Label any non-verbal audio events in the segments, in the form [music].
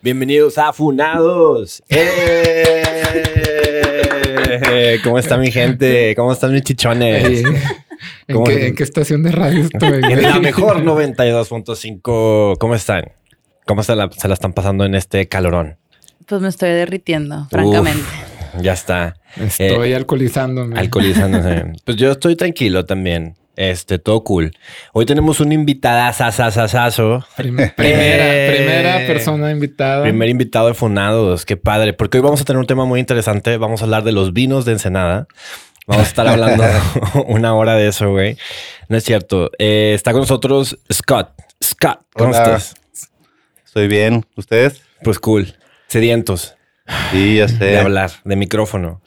Bienvenidos a Funados. ¡Eh! ¿Cómo está mi gente? ¿Cómo están mis chichones? [laughs] ¿En ¿Cómo qué, se- en qué estación de radio estoy? güey? [laughs] En la [laughs] mejor 92.5. ¿Cómo están? ¿Cómo se la, se la están pasando en este calorón? Pues me estoy derritiendo, francamente. Uf, ya está. Estoy alcoholizándome. Alcoholizándose. pues yo estoy tranquilo también. Este, todo cool. Hoy tenemos un invitada sasasasazo. Prim- primera, Eh. primera persona invitada. Primer invitado de Funados, qué padre, porque hoy vamos a tener un tema muy interesante, vamos a hablar de los vinos de Ensenada. Vamos a estar hablando [laughs] una hora de eso, güey. No es cierto. Eh, está con nosotros Scott. Scott, ¿cómo Hola. estás? Estoy bien. ¿Ustedes? Pues cool. Sedientos Sí, ya de sé. hablar, de micrófono.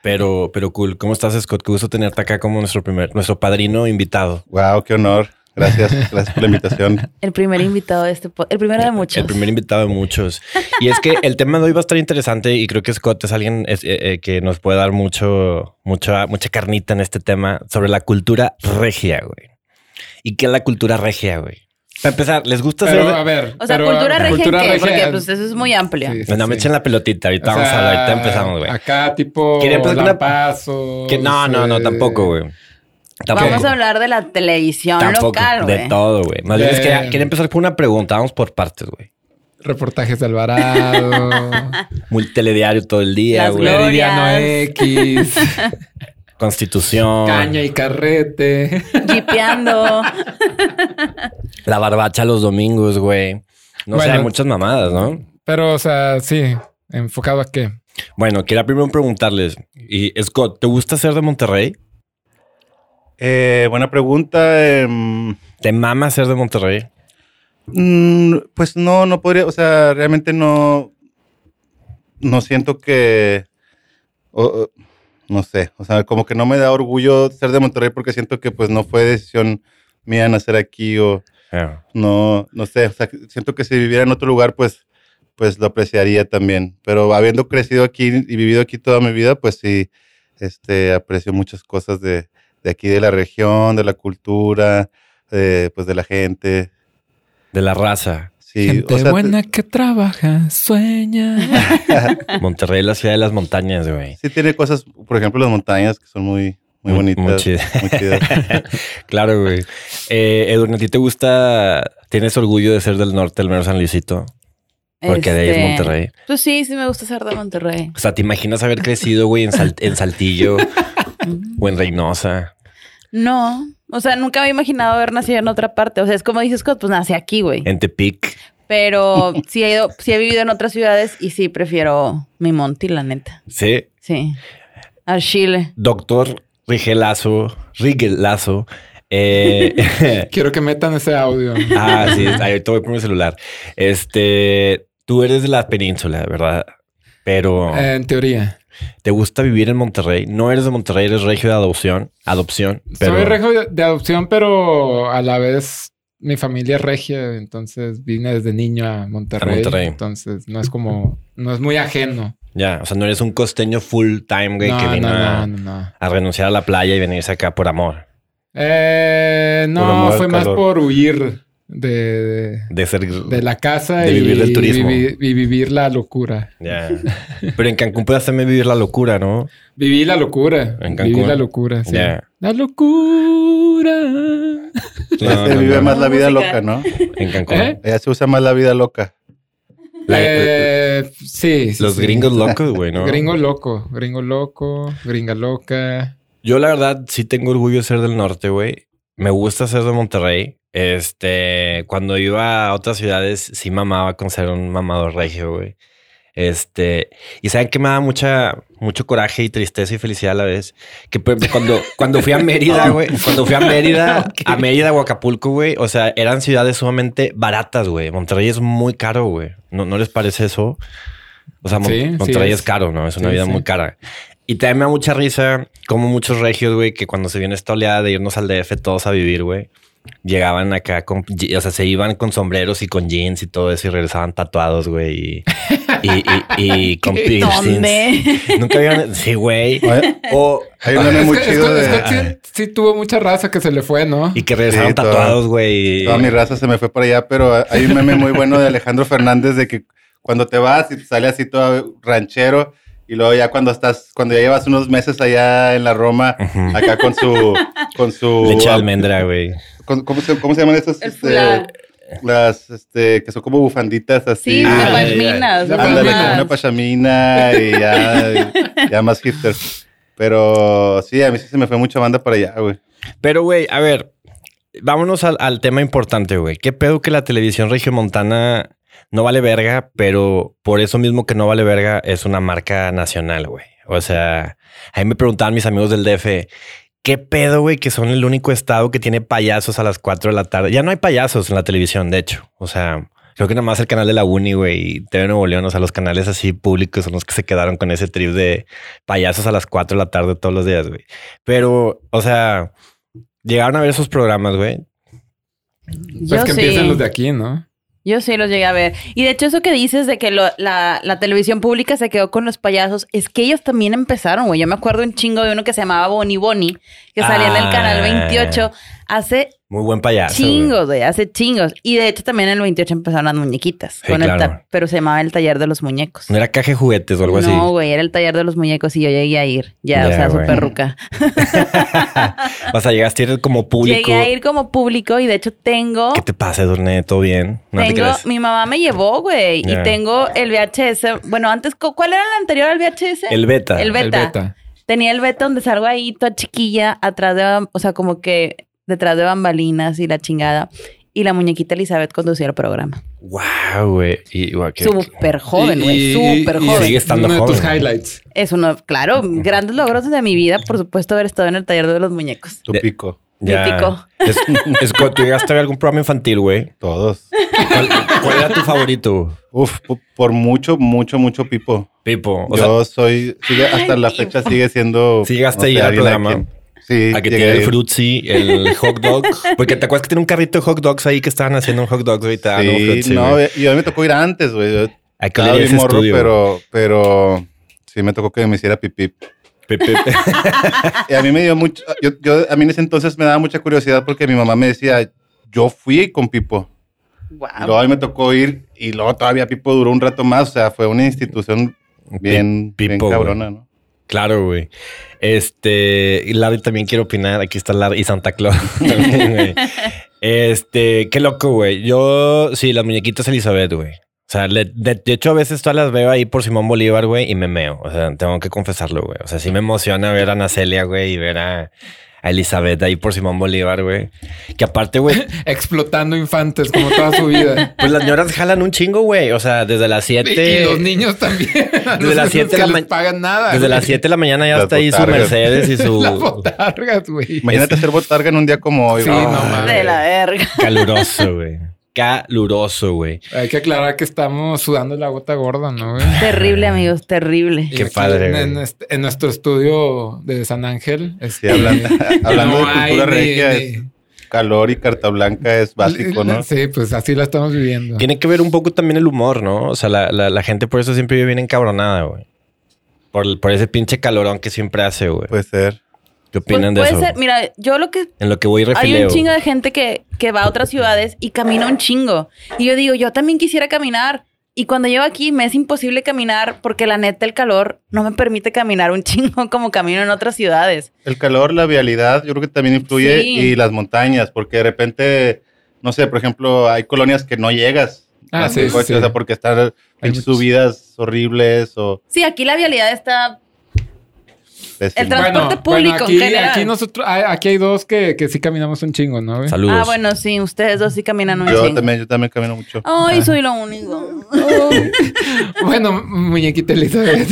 Pero, pero cool. ¿Cómo estás, Scott? Qué gusto tenerte acá como nuestro primer, nuestro padrino invitado. wow, qué honor. Gracias, gracias por la invitación. El primer invitado de este po- el primero de muchos. El primer invitado de muchos. Y es que el tema de hoy va a estar interesante y creo que Scott es alguien es, eh, eh, que nos puede dar mucho, mucha, mucha carnita en este tema sobre la cultura regia, güey. ¿Y qué es la cultura regia, güey? Para empezar, ¿les gusta Pero, hacer- a ver. o sea, pero, cultura a- regia, ¿en cultura qué? regia- porque pues eso es muy amplio. Sí, sí, No, me sí. echen la pelotita. O Ahorita vamos a sea, hablar. Ahorita empezamos, güey. Acá tipo Quería empezar con una- lampazos, Que no, no, no, eh, tampoco, güey. Tampoco. Vamos a hablar de la televisión Tampoco. local, de güey. todo, güey. Más bien es que Bien. quería empezar por una pregunta. Vamos por partes, güey. Reportajes de [laughs] Alvarado. Multelediario todo el día, Las güey. glorias. Meridiano X. [laughs] Constitución. Caña y carrete. [laughs] Jipeando. La barbacha los domingos, güey. No sé, Bueno. hay muchas mamadas, ¿no? Pero, o sea, sí. ¿Enfocado a qué? Bueno, quería primero preguntarles, y Scott, ¿te gusta ser de Monterrey? [laughs] Eh, buena pregunta. em, ¿Te mama ser de Monterrey? mm, pues no, no podría. O sea, realmente no. No siento que. o- o- no sé. O sea, como que no me da orgullo ser de Monterrey porque siento que pues no fue decisión mía nacer aquí o Ah, no, no sé. O sea, siento que si viviera en otro lugar, pues, pues lo apreciaría también. Pero habiendo crecido aquí y vivido aquí toda mi vida, pues sí, este, aprecio muchas cosas de, de aquí, de la región, de la cultura, eh, pues de la gente. De la [laughs] raza. Sí, Gente o sea, buena que trabaja, sueña. Monterrey, la ciudad de las montañas, güey. sí tiene cosas, por ejemplo, las montañas que son muy, muy Muy- bonitas. muy chida. muy [laughs] chidas. Claro, güey. Eh, Edurne, ¿a ti te gusta, tienes orgullo de ser del norte, al menos San Luisito? Porque de ahí Este, es Monterrey. Pues sí, sí me gusta ser de Monterrey. O sea, ¿te imaginas haber crecido, güey, en, Sal- en [laughs] Saltillo o en Reynosa? No. O sea, nunca había imaginado haber nacido en otra parte. O sea, es como dices, Scott, pues nací aquí, güey. En Tepic. Pero sí he ido, sí he vivido en otras ciudades y sí prefiero mi Monty, la neta. Sí. Sí. Al Chile. Doctor Rigelazo, Rigelazo. [laughs] Eh, Quiero que metan [laughs] ese audio. Ah, sí, ahí ahorita voy por mi celular. Este, tú eres de la península, ¿verdad? Pero Eh, en teoría. te gusta vivir en Monterrey. No eres de Monterrey, eres regio de adopción. Adopción. Pero Soy regio de- de adopción, pero a la vez mi familia es regia, entonces vine desde niño a A Monterrey. Monterrey. Entonces no es como, no es muy ajeno. Ya, o sea, no eres un costeño full time, güey, no, que no, vino a, no, no, no. a renunciar a la playa y venirse acá por amor. Eh, no, Por amor al fue más calor. por huir de, de- De ser. de la casa De y, vivir del turismo. vivi- y vivir la locura. [laughs] Ya. Pero en Cancún puedes también vivir la locura, ¿no? Viví la locura. En Cancún. Viví la locura, sí. Ya. La locura. No, se no, vive no. más la vida Música. loca, ¿no? En Cancún. ¿Eh? Allá se usa más la [laughs] vida loca. La- Eh, sí, sí, Los sí. gringos locos, güey, ¿no? Gringo loco, gringo loco, gringa loca. Yo la verdad sí tengo orgullo de ser del norte, güey. Me gusta ser de Monterrey. Este, cuando iba a otras ciudades sí mamaba con ser un mamador regio, güey. Este, y saben que me da mucha mucho coraje y tristeza y felicidad a la vez, que por ejemplo, [laughs] cuando cuando fui a Mérida, güey, cuando fui a Mérida, a Mérida o Acapulco, güey, o sea, eran ciudades sumamente baratas, güey. Monterrey es muy caro, güey. ¿No, no les parece eso? O sea, Mon- Sí, sí Monterrey es. es. caro, ¿no? Es una Sí, vida sí. muy cara. Y también me da mucha risa como muchos regios, güey, que cuando se viene esta oleada de irnos al DF todos a vivir, güey, llegaban acá con, o sea, se iban con sombreros y con jeans y todo eso y regresaban tatuados, güey. y- y, y- [laughs] y con ¿Qué? piercings. ¿Dónde? Nunca vieron. Sí, güey. O hay un meme Ah, Es muy que- es chido que- de. es que sí- sí, tuvo mucha raza que se le fue, ¿no? Y que regresaron Sí, toda- tatuados, güey. Toda mi raza se me fue para allá, pero hay un meme muy bueno de Alejandro Fernández de que cuando te vas y te sale así todo ranchero y luego ya cuando estás, cuando ya llevas unos meses allá en la Roma, Ujú. acá con su, con su, Leche de almendra, güey. con- ¿cómo, se, cómo se llaman estos? El Este, fulano. las, este, que son como bufanditas así. Sí, Ah, de ya, ya. palminas. Ya, de Ándale, palminas. como una pachamina y ya, ya más hipster. Pero sí, a mí sí se me fue mucha banda para allá, güey. Pero, güey, a ver, vámonos al, al tema importante, güey. ¿Qué pedo que la televisión regiomontana no vale verga, pero por eso mismo que no vale verga es una marca nacional, güey? O sea, ahí me preguntaban mis amigos del DF, ¿qué pedo, güey, que son el único estado que tiene payasos a las 4 de la tarde? Ya no hay payasos en la televisión, de hecho. O sea, creo que nada más el canal de la Uni, güey, y TV Nuevo León, o sea, los canales así públicos son los que se quedaron con ese trip de payasos a las 4 de la tarde todos los días, güey. Pero, o sea, llegaron a ver esos programas, güey. Pues Yo que sí. empiecen los de aquí, ¿no? Yo sí los llegué a ver. Y de hecho, eso que dices de que lo- la, la televisión pública se quedó con los payasos, es que ellos también empezaron, güey. Yo me acuerdo un chingo de uno que se llamaba Bonnie Bonnie, que salía en el Ah. canal 28 hace Muy buen payaso. güey. chingos, güey, hace chingos. Y de hecho, también en el 28 empezaron las muñequitas, Sí, con el claro. ta- pero se llamaba el taller de los muñecos. No era caja de juguetes o algo No, güey, era el taller de los muñecos y yo llegué a ir. Ya, o Ya, sea, güey. súper ruca. así. O sea, llegaste eres como público. Llegué a ir como público y de hecho tengo... ¿Qué te pasa, Durne? ¿Todo bien? No te tengo, creas. mi mamá me llevó, güey, Ya. y tengo el VHS. Bueno, antes, ¿cu- ¿cuál era el anterior al VHS? El beta. El beta. Tenía el beta donde salgo ahí toda chiquilla, atrás de, bam- o sea, como que detrás de bambalinas y la chingada. Y la muñequita Elizabeth conducía el programa. Wow, güey. Y, guau, qué- Súper joven, Y- güey, y- súper y- joven. sigue estando uno de tus joven. highlights. Es uno, claro, grandes logros de mi vida, por supuesto, haber estado en el taller de los muñecos. Tu De- pico. Mítico. Es, es como, ¿Tú llegaste a ver algún programa infantil, güey? Todos. ¿Cuál, cuál era tu favorito? Uf, po- por mucho, mucho, mucho pipo. Pipo. O Yo soy, sigue, hasta la Pipo. fecha sigue siendo. Sí llegaste a ir ir al programa. Sí, sea, a que llegué tiene a el ir. frutzi, el hot dog. Porque te acuerdas que tiene un carrito de hot dogs ahí que estaban haciendo un hot dog ahorita. Ah, Sí, no, y a mí me tocó ir antes, güey. Yo Acá Estaba le bien ese morro, estudio. Pero... pero, pero sí me tocó que me hiciera pipí. Y a mí me dio mucho, yo, yo- a mí en ese entonces me daba mucha curiosidad porque mi mamá me decía, yo fui con Pipo. Y luego Wow. a mí me tocó ir y luego todavía Pipo duró un rato más. O sea, fue una institución bien, Pi- bien Pipo, cabrona, ¿no? Claro, güey. Este, y Larry también quiere opinar. Aquí está Larry y Santa Claus. [laughs] también, güey. este, qué loco, güey. Yo, sí, las muñequitas Elizabeth, güey. O sea, le- de, de hecho, a veces todas las veo ahí por Simón Bolívar, güey, y me meo. O sea, tengo que confesarlo, güey. O sea, sí me emociona ver a Ana Celia, güey, y ver a, a Elizabeth ahí por Simón Bolívar, güey. Que aparte, güey, Explotando infantes como toda [laughs] su vida. pues las señoras jalan un chingo, güey. O sea, desde las Y, 7. y los niños también. [laughs] Desde las siete de la de ma- les pagan nada. Desde güey. [laughs] las 7 de la mañana ya Las está ahí su botargas. Mercedes y Las su botargas, güey. Imagínate ser botarga en un día como hoy. Sí, güey. no mames. De la verga. caluroso, güey. Caluroso, güey. Hay que aclarar que estamos sudando la gota gorda, ¿no, güey? Terrible, amigos, terrible. Y Qué aquí padre, En, güey. en este- en nuestro estudio de San Ángel. Sí, este, hablando, hablando [laughs] no de hay cultura ni- regia, ni- es calor y carta blanca es básico, ¿no? Sí, pues así la estamos viviendo. Tiene que ver un poco también el humor, ¿no? O sea, la, la- la gente por eso siempre vive bien encabronada, güey. Por, por ese pinche calorón que siempre hace, güey. Pues, Puede ser. ¿Qué Pues opinan puede de eso? ser, mira, yo lo que En lo que voy refileo. Hay un chingo de gente que, que va a otras ciudades y camina un chingo. Y yo digo, yo también quisiera caminar. Y cuando llego aquí me es imposible caminar porque la neta el calor no me permite caminar un [laughs] chingo como camino en otras ciudades. El calor, la vialidad, yo creo que también influye Sí. y las montañas, porque de repente, no sé, por ejemplo, hay colonias que no llegas. Ah, Vas sí, en sí, coche, sí. O sea, porque están muchos- subidas horribles o... Sí, aquí la vialidad está... ah, pésimas. tra- transporte público en aquí, general. aquí nosotros, hay- aquí hay dos que, que sí caminamos un chingo, ¿no? güey? Saludos. Ah, [laughs] bueno, sí, ustedes dos sí Ah, caminan un yo chingo. también, yo también camino mucho. Ay, soy lo único. [laughs] [laughs] Bueno, muñequita Elizabeth.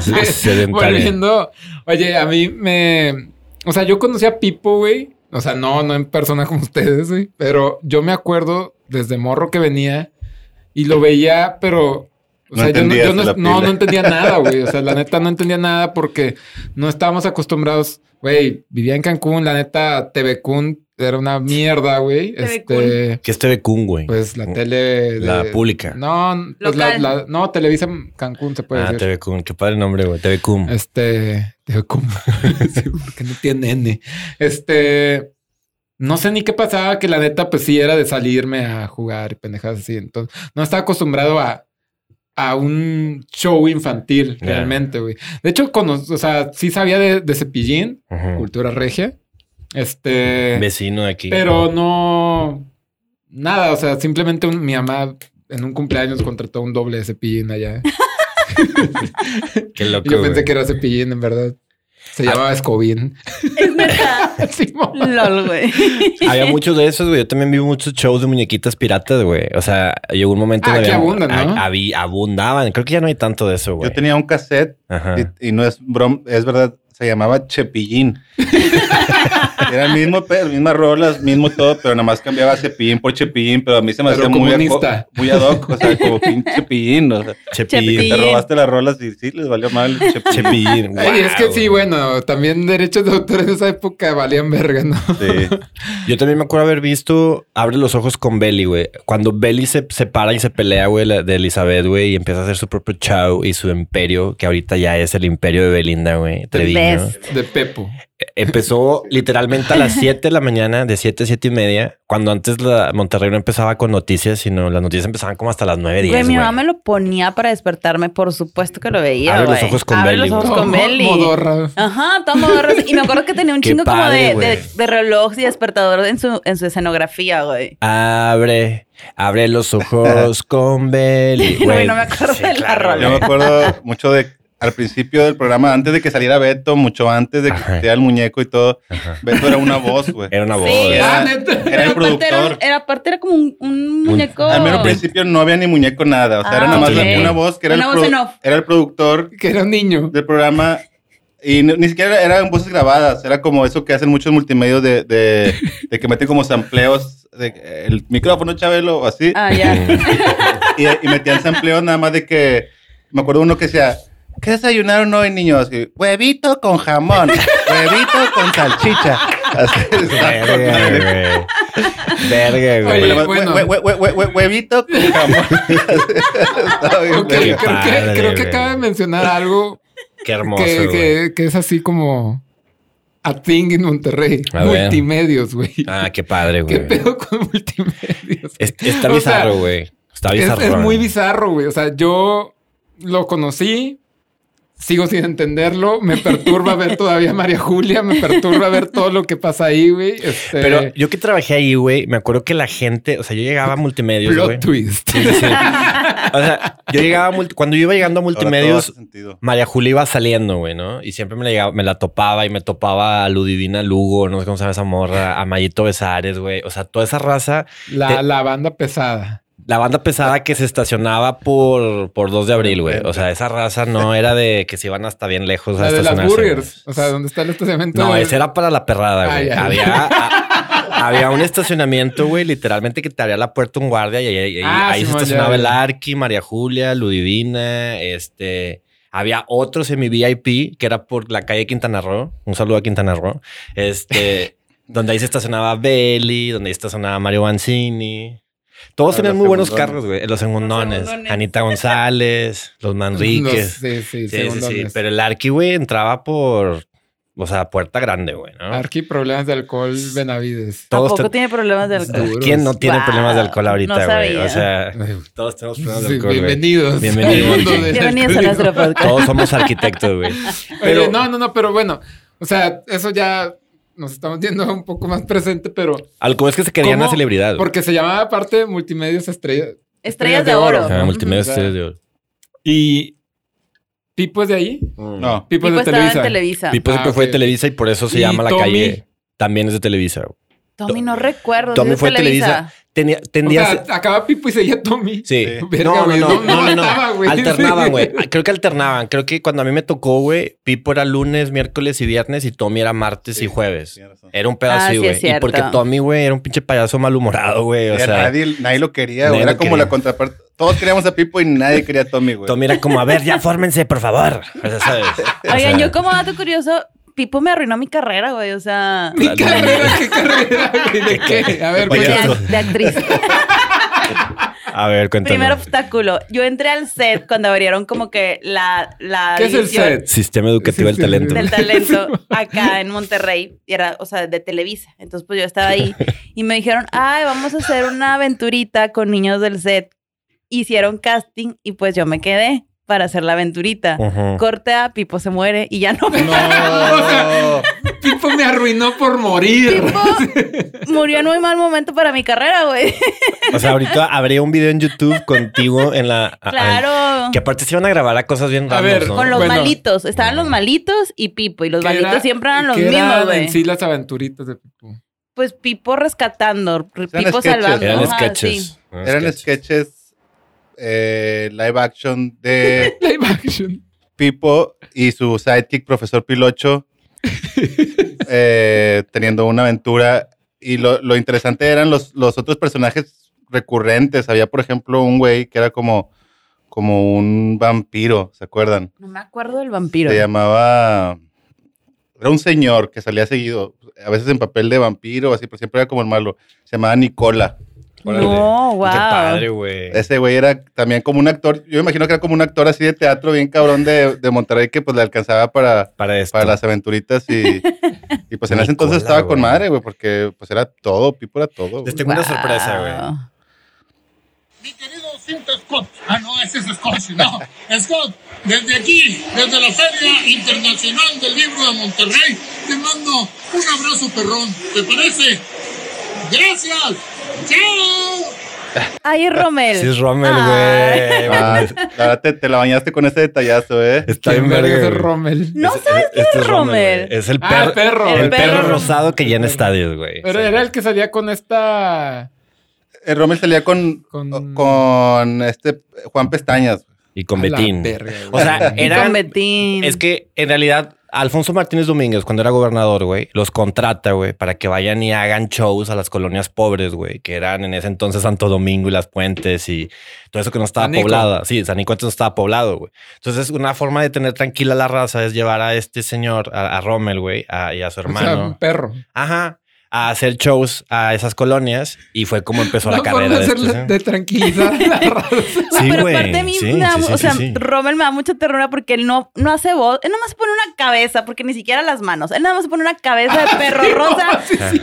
Se- [laughs] sedentaria. Volviendo. Oye, a mí me. O sea, yo conocí a Pipo, güey. O sea, no, no en persona como ustedes, güey. Pero yo me acuerdo desde morro que venía y lo veía, pero. O No sea, yo, no, yo entendías no, la no, pila. no entendía [laughs] nada, güey. O sea, la neta no entendía nada porque no estábamos acostumbrados. Güey, vivía en Cancún, la neta, TVCún era una mierda, güey. TV Este, ¿Qué es TV Kun, güey? pues Mm. la tele. de- La pública. No, pues la- Local. la- no, Televisa Cancún se puede ah, decir. TV Kun. Qué padre nombre, güey. TV Kun. Este, te veo como- [laughs] sí, porque no tiene N. Este, no sé ni qué pasaba, que la neta, pues sí era de salirme a jugar y pendejadas así. Entonces, no estaba acostumbrado a, a un show infantil Ya. realmente, güey. De hecho, cono- o sea, sí sabía de, de Cepillín, Ujú. cultura regia. Este, Vecino de aquí. pero no, nada, o sea, simplemente un- mi mamá en un cumpleaños contrató un doble de Cepillín allá. Qué loco, Yo pensé güey. Ah. que era cepillín, en verdad. Se llamaba Escobín. [laughs] Es neta. Simón. LOL, güey. Había muchos de esos, güey. Yo también vi muchos shows de muñequitas piratas, güey. O sea, llegó un momento Ah, donde que había- abundan, ¿no? a- habí- abundaban. Creo que ya no hay tanto de eso, güey. Yo tenía un cassette Ajá. y, y no es broma, es verdad, se llamaba [laughs] Chepillín. Era el mismo, pe- mismas rolas, mismo todo, pero nada más cambiaba Cepillín por Chepillín, pero a mí se me Pero hacía muy, aco- comunista. muy ad hoc, o sea, como pinche Chepillín, o sea, Chepillín. Chepillín. te robaste las rolas y sí, les valió mal el Chepillín. [laughs] Chepillín. Ay, es que Guau, sí, güey. bueno, también derechos de autor en esa época valían verga, ¿no? Sí. Yo también me acuerdo haber visto Abre los ojos con Belly, güey. Cuando Belly se, se para y se pelea, güey, la- de Elizabeth, güey, y empieza a hacer su propio show y su imperio, que ahorita ya es el imperio de Belinda, güey. Treviño. Best. De Pepo. Empezó literalmente a las 7 de la mañana, de 7 a 7 y media, cuando antes la Monterrey no empezaba con noticias, sino las noticias empezaban como hasta las 9, 10. Güey, mi güey. mamá me lo ponía para despertarme, por supuesto que lo veía. Abre los güey. ojos con Abre Belly, los ojos güey. [laughs] con Mo- Belly. Modorra. Ajá, todo modorro. Y me acuerdo que tenía un Qué chingo como padre, de, güey. de, de relojes y despertadores en su, en su escenografía, güey. Abre, abre los ojos con Belly. No, Güey, no me acuerdo de la rola. Yo me güey. acuerdo mucho de al principio del programa, antes de que saliera Beto, mucho antes de que Ajá. existiera el muñeco y todo, Ajá. Beto era una voz, güey. Era una Sí. voz. güey. [laughs] Ah, Era, neta. era aparte el era, productor. era- aparte era como un, un muñeco. Al menos al principio no había ni muñeco nada, o sea, era Ah, nada más ok. la- una voz que era, Una el voz pro- en off. era el productor Que era un niño. del programa y ni, ni siquiera eran voces grabadas, era como eso que hacen muchos multimedios de, de, de que meten como sampleos, de, el micrófono Chabelo o así. Ah, ya. y, y metían sampleos nada más de que me acuerdo uno que decía ¿Qué desayunaron hoy, niños? Y, huevito con jamón, huevito con salchicha. Así, [laughs] Verga, güey. Verga, Oye, güey. Hue- bueno. hue- hue- hue- hue- huevito con jamón. [laughs] Estaba bien, Ok, Qué creo, verga. padre, que, creo que güey. acaba de mencionar algo Qué hermoso. que, güey. que- que es así como a thing en Monterrey. A ver. multimedios, güey. Ah, qué padre, ¿Qué güey. pedo con multimedios? Es- está O sea, bizarro, güey. Está Es- bizarro. Es, muy bizarro, güey. O sea, yo lo conocí, sigo sin entenderlo. Me perturba ver todavía a María Julia, me perturba ver todo lo que pasa ahí, güey. Este, Pero yo que trabajé ahí, güey, me acuerdo que la gente, o sea, yo llegaba a multimedios, plot güey. twist. [laughs] O sea, yo llegaba a multi- cuando yo iba llegando a Ahora todo hace multimedios, sentido. María Julia iba saliendo, güey, ¿no? Y siempre me la, llegaba- me la topaba y me topaba a Ludivina Lugo, no sé cómo se llama esa morra, a Mayito Besares, güey. O sea, toda esa raza, La, Te- la banda pesada. la banda pesada que se estacionaba por, por 2 de abril, güey. O sea, esa raza no era de que se iban hasta bien lejos. a la de las estacionarse, burgers. güey. O sea, ¿dónde está el estacionamiento? No, de- ese era para la perrada, güey. Ah, ya. había, [laughs] a- había un estacionamiento, güey, literalmente que te abría la puerta un guardia y ahí, ahí- Ah, ahí se Simón, estacionaba ya, el ya. Arqui, María Julia, Ludivina, este... Había otro semi-VIP que era por la calle Quintana Roo. Un saludo a Quintana Roo. [laughs] Este... donde ahí se estacionaba Belly, donde ahí estacionaba Mario Banzini. Todos Ah, tenían los muy buenos segundones. carros, güey. Los segundones. segundones. Anita González, [laughs] los No, Manríquez. sí, sí, Sí, sí, segundo sí. mes. Pero el Arqui, güey, entraba por, o sea, puerta grande, güey, ¿no? Arqui, problemas de alcohol, Benavides. [laughs] Todos Tampoco te- tiene problemas de alcohol. duros. ¿Quién no tiene Wow, problemas de alcohol ahorita, no güey? sabía. o sea, todos tenemos problemas de Sí, alcohol. güey. [laughs] bienvenidos. Bienvenidos. al mundo del Bienvenidos a alcoholismo. nuestro podcast. Todos somos arquitectos, güey. Oye, Pero- no, no, no, pero bueno, o sea, eso ya nos estamos viendo un poco más presente, pero Algo es que se quería una ¿Cómo? celebridad. güey. porque se llamaba aparte Multimedios Estrella Estrellas de oro. Ajá, Ah, multimedia Ujú. estrellas de oro. y Pipo es de ahí, No, Pipo Tipo es de estaba Televisa. en Televisa. Pipo Ah, siempre fue ok. de Televisa y por eso se ¿Y llama la Tommy? calle. También es de Televisa. güey. Tommy, no recuerdo. Tommy ¿sí es fue de Televisa. Tenía, O tendía... sea, acaba Pipo y seguía Tommy. Sí. Sí. Verga, no, no, güey, no, no- no no, no, no. bastaba, güey. Alternaban, [laughs] güey. Ah, Creo que alternaban. Creo que cuando a mí me tocó, güey, Pipo era lunes, miércoles y viernes y Tommy era martes y Sí, jueves. tienes razón. Era un pedo Ah, así, sí, güey. es y cierto. porque Tommy, güey, era un pinche payaso malhumorado, güey. O Era sea, eh, nadie, nadie lo quería, nadie güey. era lo como quería. la contraparte. Todos queríamos a Pipo y nadie quería a Tommy, [laughs] güey. Tommy era como, a ver, ya fórmense, por favor. O sea, ¿sabes? O Oigan, sea, yo como dato curioso, Pipo me arruinó mi carrera, güey. O sea, Mi [laughs] Claro. carrera, ¿qué carrera? güey? ¿De qué? A ver, de, pues, Payaso. ac- de actriz. A ver, cuéntame. Primer obstáculo. Yo entré al set cuando abrieron como que la. la ¿qué es el división set? Sistema Educativo del Sí, sí, Talento. Del talento [laughs] acá en Monterrey. Y era, o sea, de Televisa. Entonces, pues yo estaba ahí y me dijeron, ay, vamos a hacer una aventurita con niños del set. Hicieron casting y pues yo me quedé para hacer la aventurita. [laughs] Ujú. Corte a Pipo se muere y ya no. No. Pipo me arruinó por morir. [laughs] Pipo murió en muy mal momento para mi carrera, güey. O sea, ahorita habría un video en YouTube contigo en la. a- a- Claro. que aparte se iban a grabar a cosas bien A raras. ver, ¿no? Con los Bueno. malitos. Estaban los malitos y Pipo. Y los ¿Qué malitos era- siempre eran los qué mismos, eran güey. en sí las aventuritas de Pipo? Pues Pipo rescatando, Pipo sketches. salvando. Eran ajá, sketches. sí. Eran sketches eh, live action de Live action. Pipo y su sidekick, profesor [laughs] Pilocho, eh, teniendo una aventura. Y lo, lo interesante eran los, los otros personajes recurrentes. Había, por ejemplo, un güey que era como, como un vampiro, ¿se acuerdan? No me acuerdo del vampiro. Se llamaba. Era un señor que salía seguido, a veces en papel de vampiro, así, pero siempre era como el malo. Se llamaba Nicola. Órale. No, wow. Qué padre, güey. Ese güey era también como un actor. Yo me imagino que era como un actor así de teatro, bien cabrón de, de Monterrey, que pues le alcanzaba para, Para esto. para las aventuritas. Y, y, pues en Nicola, ese entonces estaba con güey. madre, güey, porque pues era todo, Pipo era todo. güey. Este Les tengo una sorpresa, güey. Mi querido Cinto Scott. Ah, no, ese es Scott, no. Scott, desde aquí, desde la Feria Internacional del Libro de Monterrey, te mando un abrazo perrón. ¿Te parece? Gracias. Chao. Ay, es Rommel. Sí, es Rommel, Ay. güey. [laughs] Ah, la verdad te, te la bañaste con ese detallazo, ¿eh? Está ¿Quién bien verga verga. es el güey. Rommel? No Ese- sabes quién este es Rommel. güey. Es el Ah, perro. el perro. El perro perro. rosado que llena estadios, güey. Pero Sí. era el que salía con esta... El Eh, Rommel salía con, Con- con... este Juan Pestañas. Y con A la Betín. verga, güey. O [laughs] sea, Y eran- con Betín. Es que en realidad, Alfonso Martínez Domínguez, cuando era gobernador, güey, los contrata, güey, para que vayan y hagan shows a las colonias pobres, güey, que eran en ese entonces Santo Domingo y las Puentes y todo eso que no estaba San Nico. poblada. Sí, San Nico antes no estaba poblado, güey. Entonces, una forma de tener tranquila la raza es llevar a este señor, a, a Rommel, güey, a- y a su O sea, un hermano, perro. ajá, a hacer shows a esas colonias y fue como empezó la Una forma carrera. de, De hacerle- estos, ¿eh? de tranquilizar [laughs] a la raza. Güey, Sí, Ah, pero güey. aparte a mí Sí, me da- sí, sí, o sí, sea, sí. Rommel me da mucha ternura porque él no, no hace voz, él nomás pone una cabeza, porque ni siquiera las manos, él nada más pone una cabeza Ah, de perro [laughs] rosa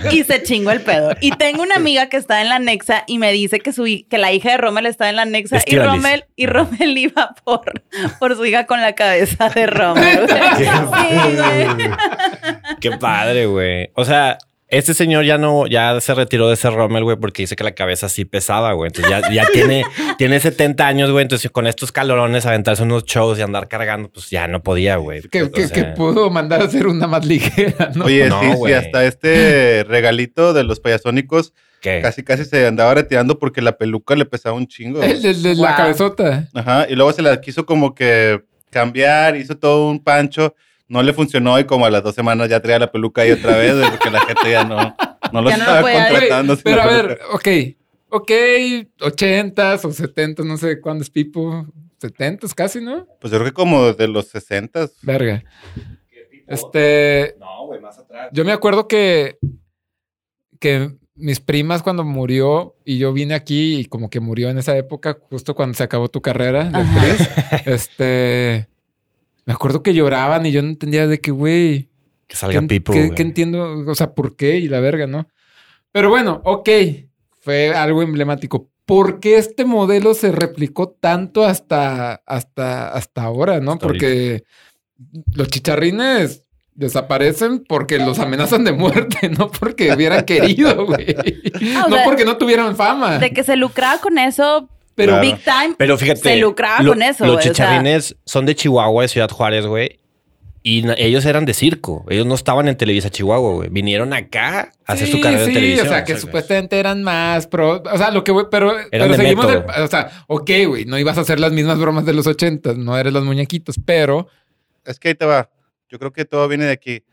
y se chingó el pedo. Y tengo una amiga que está en la Nexa y me dice que su hi- que la hija de Rommel está en la Nexa y Estíbaliz. Rommel, y Rommel iba por, por su hija con la cabeza de Rommel. güey. [laughs] Qué Sí, güey. Qué padre, güey. O sea, este señor ya no, ya se retiró de ese Rommel, güey, porque dice que la cabeza sí pesaba, güey. Entonces ya, ya [laughs] tiene, tiene 70 años, güey. Entonces con estos calorones, aventarse unos shows y andar cargando, pues ya no podía, güey. Que, O que- sea, que pudo mandar a hacer una más ligera, ¿no? Oye, No, sí, sí, güey. hasta este regalito de los payasónicos ¿qué? casi casi se andaba retirando porque la peluca le pesaba un chingo. [laughs] güey. El de- de la Wow. cabezota. Ajá, y luego se la quiso como que cambiar, hizo todo un pancho, no le funcionó y como a las dos semanas ya traía la peluca ahí otra vez, güey, porque la gente ya no, [laughs] no lo Ya no lo estaba puede hacer. contratando. Güey, sin pero la a peluca. ver, ok. Ok, 80s o 70s, no sé cuándo es Pipo. 70s casi, ¿no? Pues yo creo que como desde los 60 Verga. Este. No, güey, más atrás. Yo me acuerdo que. Que mis primas, cuando murió y yo vine aquí y como que murió en esa época, justo cuando se acabó tu carrera de Ajá. actriz, este. Me acuerdo que lloraban y yo no entendía de qué, güey. Que salga ¿Qué- Pipo, qué- güey. qué entiendo? O sea, ¿por qué? Y la verga, ¿no? Pero bueno, ok. Fue algo emblemático. ¿Por qué este modelo se replicó tanto hasta, hasta, hasta ahora, no? Hasta porque los chicharrines desaparecen porque los amenazan de muerte, [laughs] no porque hubieran querido, güey. Ah, o no sea, porque no tuvieran fama. De que se lucraba con eso, Pero Claro. big time. Pero fíjate. Se lucraba con eso, Los güey, o sea. chicharrines son de Chihuahua, de Ciudad Juárez, güey. Y na- ellos eran de circo. Ellos no estaban en Televisa Chihuahua, güey. Vinieron acá a hacer su carrera sí, en televisión. O sea, que güey. supuestamente eran más, pero, o sea, lo que voy, pero, pero de seguimos, método. del- o sea, ok, güey, no ibas a hacer las mismas bromas de los ochentas, no eres los muñequitos, pero [laughs] es que ahí te va. Yo creo que todo viene de aquí.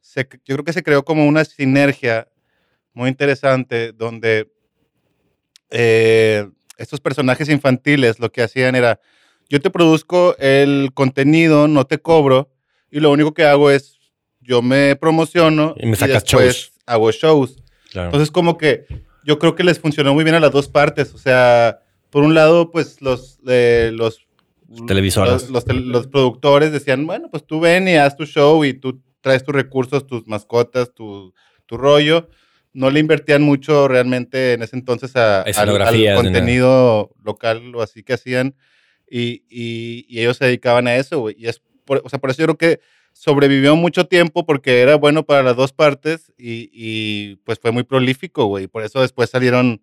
Se- yo creo que se creó como una sinergia muy interesante donde eh, estos personajes infantiles lo que hacían era, yo te produzco el contenido, no te cobro, y lo único que hago es, yo- yo me promociono Y me sacas después shows. hago shows. Claro. Entonces, como que yo creo que les funcionó muy bien a las dos partes. O sea, por un lado, pues los. eh, los Televisoras. Los, los tel- los productores decían, bueno, pues tú ven y haz tu show y tú traes tus recursos, tus mascotas, tu, tu rollo. No le invertían mucho realmente en ese entonces a, al- al, Escenografías, ni contenido local o así que hacían. Y, y- y ellos se dedicaban a eso, güey. Y es por- o sea, por eso yo creo que sobrevivió mucho tiempo porque era bueno para las dos partes y, y, pues fue muy prolífico, güey. Por eso después salieron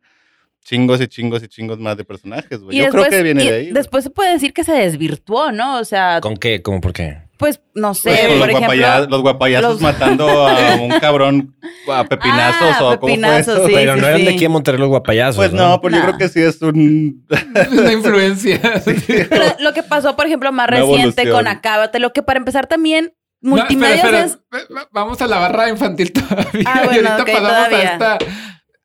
chingos y chingos y chingos más de personajes, güey. Y Yo después, creo que viene y de ahí. güey. después se puede decir que se desvirtuó, ¿no? O sea, ¿Con qué? ¿Cómo por qué? pues no sé, Pues, con por los, guapaya- ejemplo. los guapayazos los- matando [laughs] a un cabrón a pepinazos Ah, o cómo fue pepinazos, eso? sí. Pero no eran de aquí en Monterrey los guapayazos. [laughs] Pues no, pues yo Nah. creo que sí es un... [laughs] Una [laughs] influencia. Pero lo que pasó, por ejemplo, más Una reciente evolución. con Acábate, lo que para empezar también, No, multimedia espera, es. espera. Ve- ve- Vamos a la barra infantil [laughs] todavía. Ah, y bueno, ahorita ok, pasamos todavía. a esta.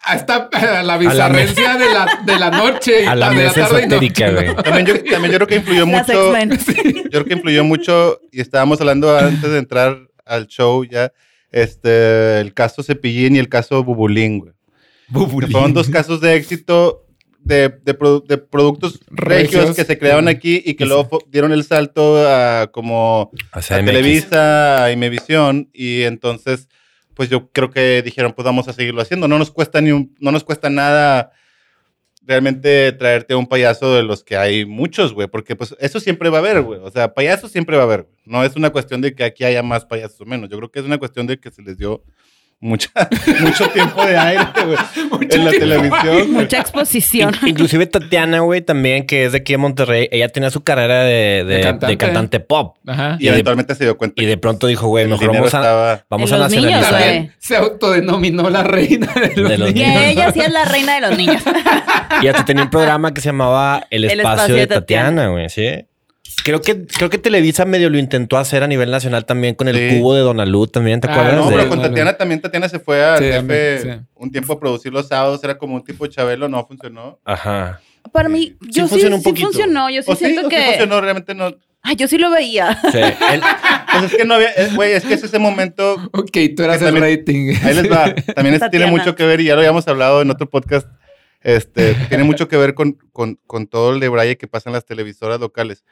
A esta a la bizarrencia de, la, de pues, la noche. [laughs] y A la de mesa tarde y noche, esotérica, ¿no? güey. También yo, también yo creo que influyó Las mucho... X-Men. [laughs] Yo creo que influyó mucho, y estábamos hablando antes de entrar al show ya, este, el caso Cepillín y el caso Bubulín, güey. Que Fueron dos casos de éxito de, de produ- de productos regios, Regios. que se crearon aquí y que luego fo- dieron el salto a como O sea, a MX. Televisa, a Imevisión, y entonces, pues yo creo que dijeron, pues vamos a seguirlo haciendo. No nos cuesta ni un- no nos cuesta nada realmente traerte un payaso de los que hay muchos, güey, porque pues eso siempre va a haber, güey. O sea, payasos siempre va a haber. güey. No es una cuestión de que aquí haya más payasos o menos. Yo creo que es una cuestión de que se les dio mucha, [laughs] mucho tiempo de aire, güey, en la tiempo de televisión. güey. Mucha [laughs] exposición. In- Inclusive Tatiana, güey, también, que es de aquí en Monterrey, ella tenía su carrera de, de- De de cantante. cantante. pop. Ajá. Y eventualmente se dio cuenta. Y de pronto dijo, güey, el mejor dinero vamos a, estaba- vamos En a los niños, nacionalizar. güey. También se autodenominó la reina de los, De los niños. niños. Que ella sí es la reina de los niños. Y hasta tenía un programa que se llamaba El El Espacio, de Tatiana, güey, ¿sí? Creo que, creo que Televisa medio lo intentó hacer a nivel nacional también con el Sí. cubo de Donalú también, ¿te Ah, acuerdas? No, de- pero con Vale. Tatiana también Tatiana se fue al Sí, DF a mí, sí. un tiempo a producir los sábados, era como un tipo Chabelo, no funcionó. Ajá. Para mí, Sí yo sí, funcionó un sí poquito. funcionó. Yo sí O siento o que. funcionó, realmente no. Ay, yo sí lo veía. Sí. El- Pues es que no había, es- güey, es que es ese momento, Ok, tú eras Que el también- rating. ahí les [laughs] va, también es- tiene Tatiana. mucho que ver y ya lo habíamos hablado en otro podcast, este, tiene mucho que ver con, con, con todo el debraye que pasa en las televisoras locales.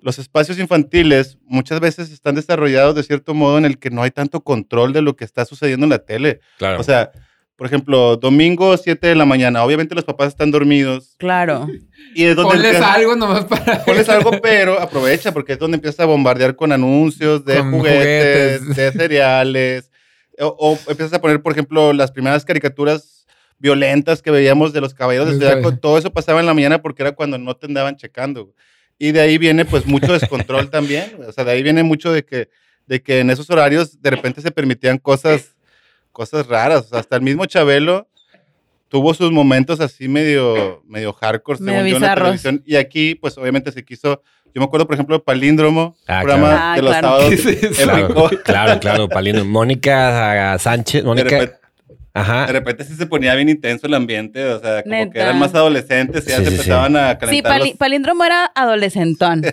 Los espacios infantiles muchas veces están desarrollados de cierto modo en el que no hay tanto control de lo que está sucediendo en la tele. claro. O sea, por ejemplo, domingo 7 de la mañana. Obviamente los papás están dormidos. Claro. Y es donde Ponles empiezas- algo nomás para. ponles algo, pero aprovecha porque es donde empiezas a bombardear con anuncios de Con juguetes, juguetes. de cereales. O, o empiezas a poner, por ejemplo, las primeras caricaturas violentas que veíamos de los caballeros de Los Zodiaco. caballeros. Todo eso pasaba en la mañana porque era cuando no te andaban checando. Y de ahí viene pues mucho descontrol también. O sea, de ahí viene mucho de que, de que en esos horarios de repente se permitían cosas, cosas raras. O sea, hasta el mismo Chabelo tuvo sus momentos así medio, medio hardcore, Medio según yo, en la bizarros. televisión. Y aquí, pues obviamente se quiso. Yo me acuerdo, por ejemplo, de Palíndromo, Ah, programa claro. de los Ah, claro. sábados. ¿Qué es [laughs] eso? Claro, épico. claro, claro, paliendo. Mónica ah, Sánchez, De Mónica. ah. repente, de Ajá. repente sí se ponía bien intenso el ambiente, o sea, como que Neta. eran más adolescentes y ya Sí, se sí, sí. empezaban a calentar. Sí, los- pali- palíndromo era adolescentón.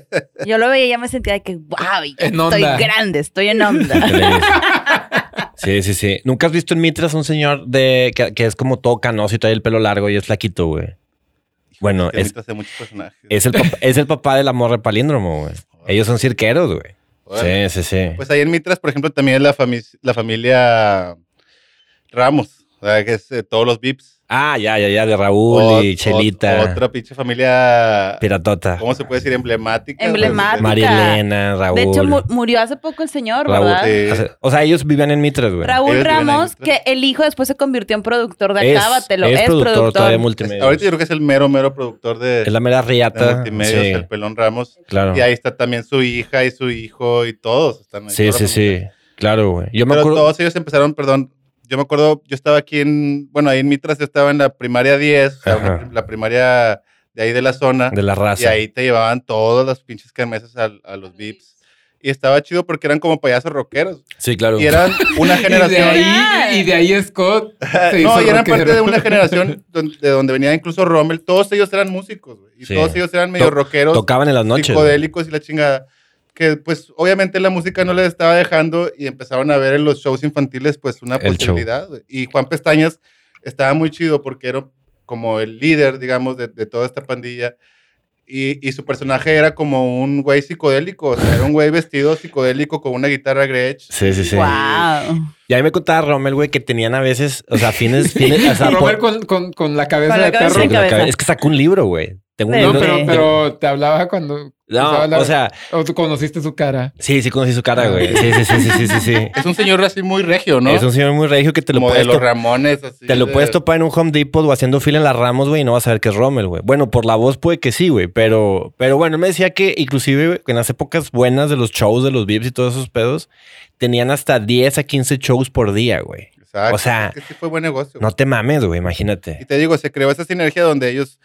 Yo lo veía y ya me sentía de que, wow, ya En estoy onda. grande, estoy en onda. [laughs] Televisa. Sí, sí, sí. ¿Nunca has visto en Mitras un señor de que, que es como toca, ¿no? Si trae el pelo largo y es flaquito, güey. Bueno, que es, ahorita hace muchos personajes. Es el, papá, es el papá de la morra palíndromo, güey. Ellos son cirqueros, güey. Órale. Sí, sí, sí. Pues ahí en Mitras, por ejemplo, también la, fami- la familia Ramos, o sea, que es eh, todos los VIPs. ah, ya, ya, ya, de Raúl Ot- y ot- Chelita. Otra pinche familia, piratota. ¿cómo se puede decir? Emblemática. Emblemática. María Elena, Raúl. De hecho, mu- murió hace poco el señor, Raúl. ¿verdad? Sí. O sea- O sea, ellos vivían en Mitras, güey. Raúl Ellos viven ahí, Ramos, ¿no? que el hijo después se convirtió en productor de es, Acábatelo. es productor, todavía multimedia. Pues, Ahorita yo creo que es el mero, mero productor de, es la mera de riata. multimedios, Sí, el Pelón Ramos. claro. pues, Y ahí está también su hija y su hijo y todos. Están ahí, Sí, toda la sí, familia. sí. Claro, güey. Yo me Pero acuerdo. todos ellos empezaron, perdón, yo me acuerdo, yo estaba aquí en, bueno, ahí en Mitras yo estaba en la primaria 10, o sea, una Ajá. prim- la primaria de ahí de la zona. De la Y raza. ahí te llevaban todas las pinches kermeses al- a, los VIPs. Y estaba chido porque eran como payasos rockeros. Sí, claro. [laughs] Y eran una Y de generación. ahí, y de ahí Scott. se no, hizo y eran parte rockero. de una generación [laughs] don- de donde venía incluso Rommel. Todos ellos eran músicos, güey. Y Sí. todos ellos eran medio To- rockeros, Tocaban en las noches. güey. psicodélicos y la chingada. que pues obviamente la música no les estaba dejando y empezaron a ver en los shows infantiles pues una El show. posibilidad. güey. Y Juan Pestañas estaba muy chido porque era como el líder, digamos, de, de toda esta pandilla. Y, y su personaje era como un güey psicodélico, o sea, era un güey vestido psicodélico con una guitarra Gretsch. Sí, sí, sí. Wow. Y a mí me contaba Rommel, güey, que tenían a veces, o sea, [laughs] fines, fines, o sea, Robert por- con, con, con la cabeza Con de la Sí, cabeza perro. con la cabeza. cabeza. Es que sacó un libro, güey. Tengo un Sí. No, libro. pero, de- pero te hablaba cuando No, usaba la- o sea, o tú conociste su cara. sí, sí conocí su cara, güey. Sí, sí, sí, sí, sí, sí, sí. Es un señor así muy regio, [laughs] ¿no? Es un señor muy regio que te lo como de puedes los to- Ramones, así. Te lo de- puedes topar en un Home Depot o haciendo fila en las Ramos, güey, y no vas a ver que es Rommel, güey. Bueno, por la voz puede que sí, güey, pero, pero bueno, me decía que inclusive güey, en las épocas buenas de los shows, de los VIPs y todos esos pedos, tenían hasta 10 a 15 shows por día, güey. Exacto. O sea, Es que sí fue buen negocio. No te mames, güey, Y imagínate. te digo, se creó esa sinergia donde ellos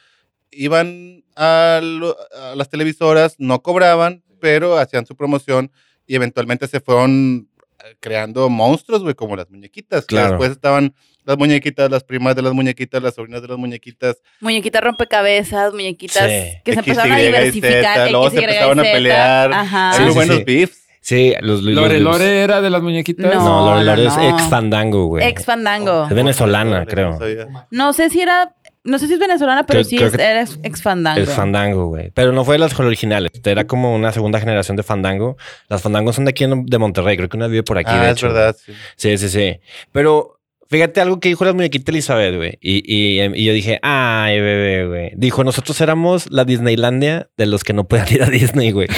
iban a, lo- a las televisoras, no cobraban, pero hacían su promoción y eventualmente se fueron eh, creando monstruos, güey, como las muñequitas. que Claro. Después estaban las muñequitas, las primas de las muñequitas, las sobrinas de las muñequitas. Muñequitas rompecabezas, muñequitas Sí. que se X, empezaron a Y, Z, diversificar. luego se X, Y, empezaron a Z. pelear. Ajá. Hay Sí, muy sí, buenos sí. beefs. Sí, los, los- Lore los- Lore era de las muñequitas. No, No, Lore no, Lore es no. ex fandango, güey. Oh, Ex fandango. Es venezolana, No creo. sabía. No sé si era. No sé si es venezolana, pero Creo- sí creo es, que- era ex- ex fandango. Es fandango, güey. Pero no fue de las originales. Era como una segunda generación de fandango. Las fandangos son de aquí en- de Monterrey. Creo que una vive por aquí. Ah, de es hecho. verdad. sí. Sí, sí, sí. Pero fíjate algo que dijo la muñequita Elizabeth, güey. Y, y- y yo dije, ay, bebé, güey. Dijo, nosotros éramos la Disneylandia de los que no podían ir a Disney, [laughs] güey.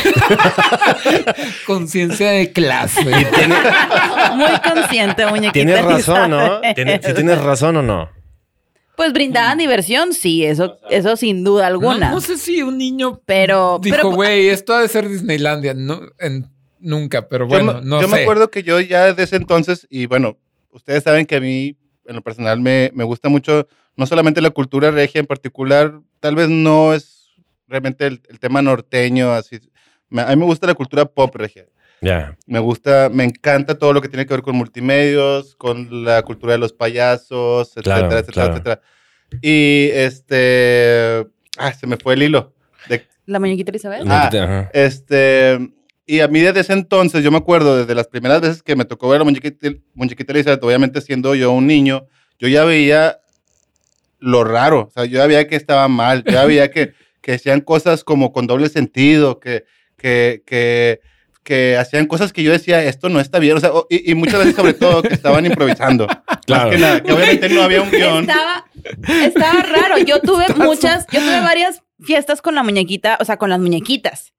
Conciencia de clase. Muy consciente, muñequita. Tienes razón, ¿no? Elizabeth. Tiene- ¿Sí tienes razón o no? Pues brindaban diversión, sí, eso, eso sin duda alguna. No, no sé si un niño Pero, pero- pues, dijo, güey, esto ha de ser Disneylandia. No, en- nunca, pero bueno, yo me, no yo sé. me acuerdo que yo ya desde ese entonces, y bueno, ustedes saben que a mí, en lo personal, me, me gusta mucho, no solamente la cultura regia en particular, tal vez no es realmente el, el tema norteño, así. Me- a mí me gusta la cultura pop regia. Ya. Me gusta, me encanta todo lo que tiene que ver con multimedios, con la cultura de los payasos, etcétera, Claro, etcétera, claro. etcétera. Y este. Ah, se me fue el hilo. De, ¿La muñequita Elizabeth? Ah. Ajá. este, y a mí desde ese entonces, yo me acuerdo, desde las primeras veces que me tocó ver a la muñequita, muñequita Elizabeth, obviamente siendo yo un niño, yo ya veía lo raro, o sea, yo ya veía que estaba mal, yo ya veía que, que hacían cosas como con doble sentido, que, que, que, que hacían cosas que yo decía, esto no está bien, o sea, o- y, y muchas veces sobre todo que estaban improvisando. Más Claro. que nada, que obviamente no había un guión. Estaba, estaba raro. [laughs] Yo tuve muchas, yo tuve varias fiestas con la muñequita, o sea, con las muñequitas.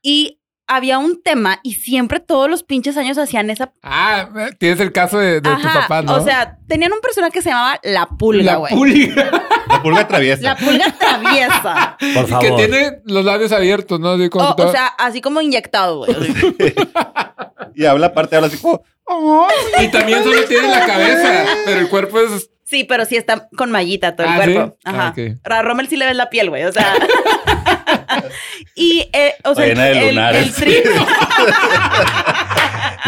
Y había un tema y siempre todos los pinches años hacían esa... Ah, tienes el caso de, de tu Ajá, papá, ¿no? O sea, tenían un personaje que se llamaba La Pulga, la güey. pulga. La pulga traviesa. La Pulga [laughs] traviesa. Por Y que favor. tiene los labios abiertos, ¿no? Así como Oh, O, que todo- o sea, así como inyectado, güey. Y habla aparte, habla así como, y también solo tiene la cabeza, pero el cuerpo es. Sí, pero sí está con mallita todo el Ah, ¿sí? cuerpo. Ajá. Ah, ok. A Rommel sí le ves la piel, güey. O sea. [laughs] y, eh, o sea, el, Llena de el- lunares. el trip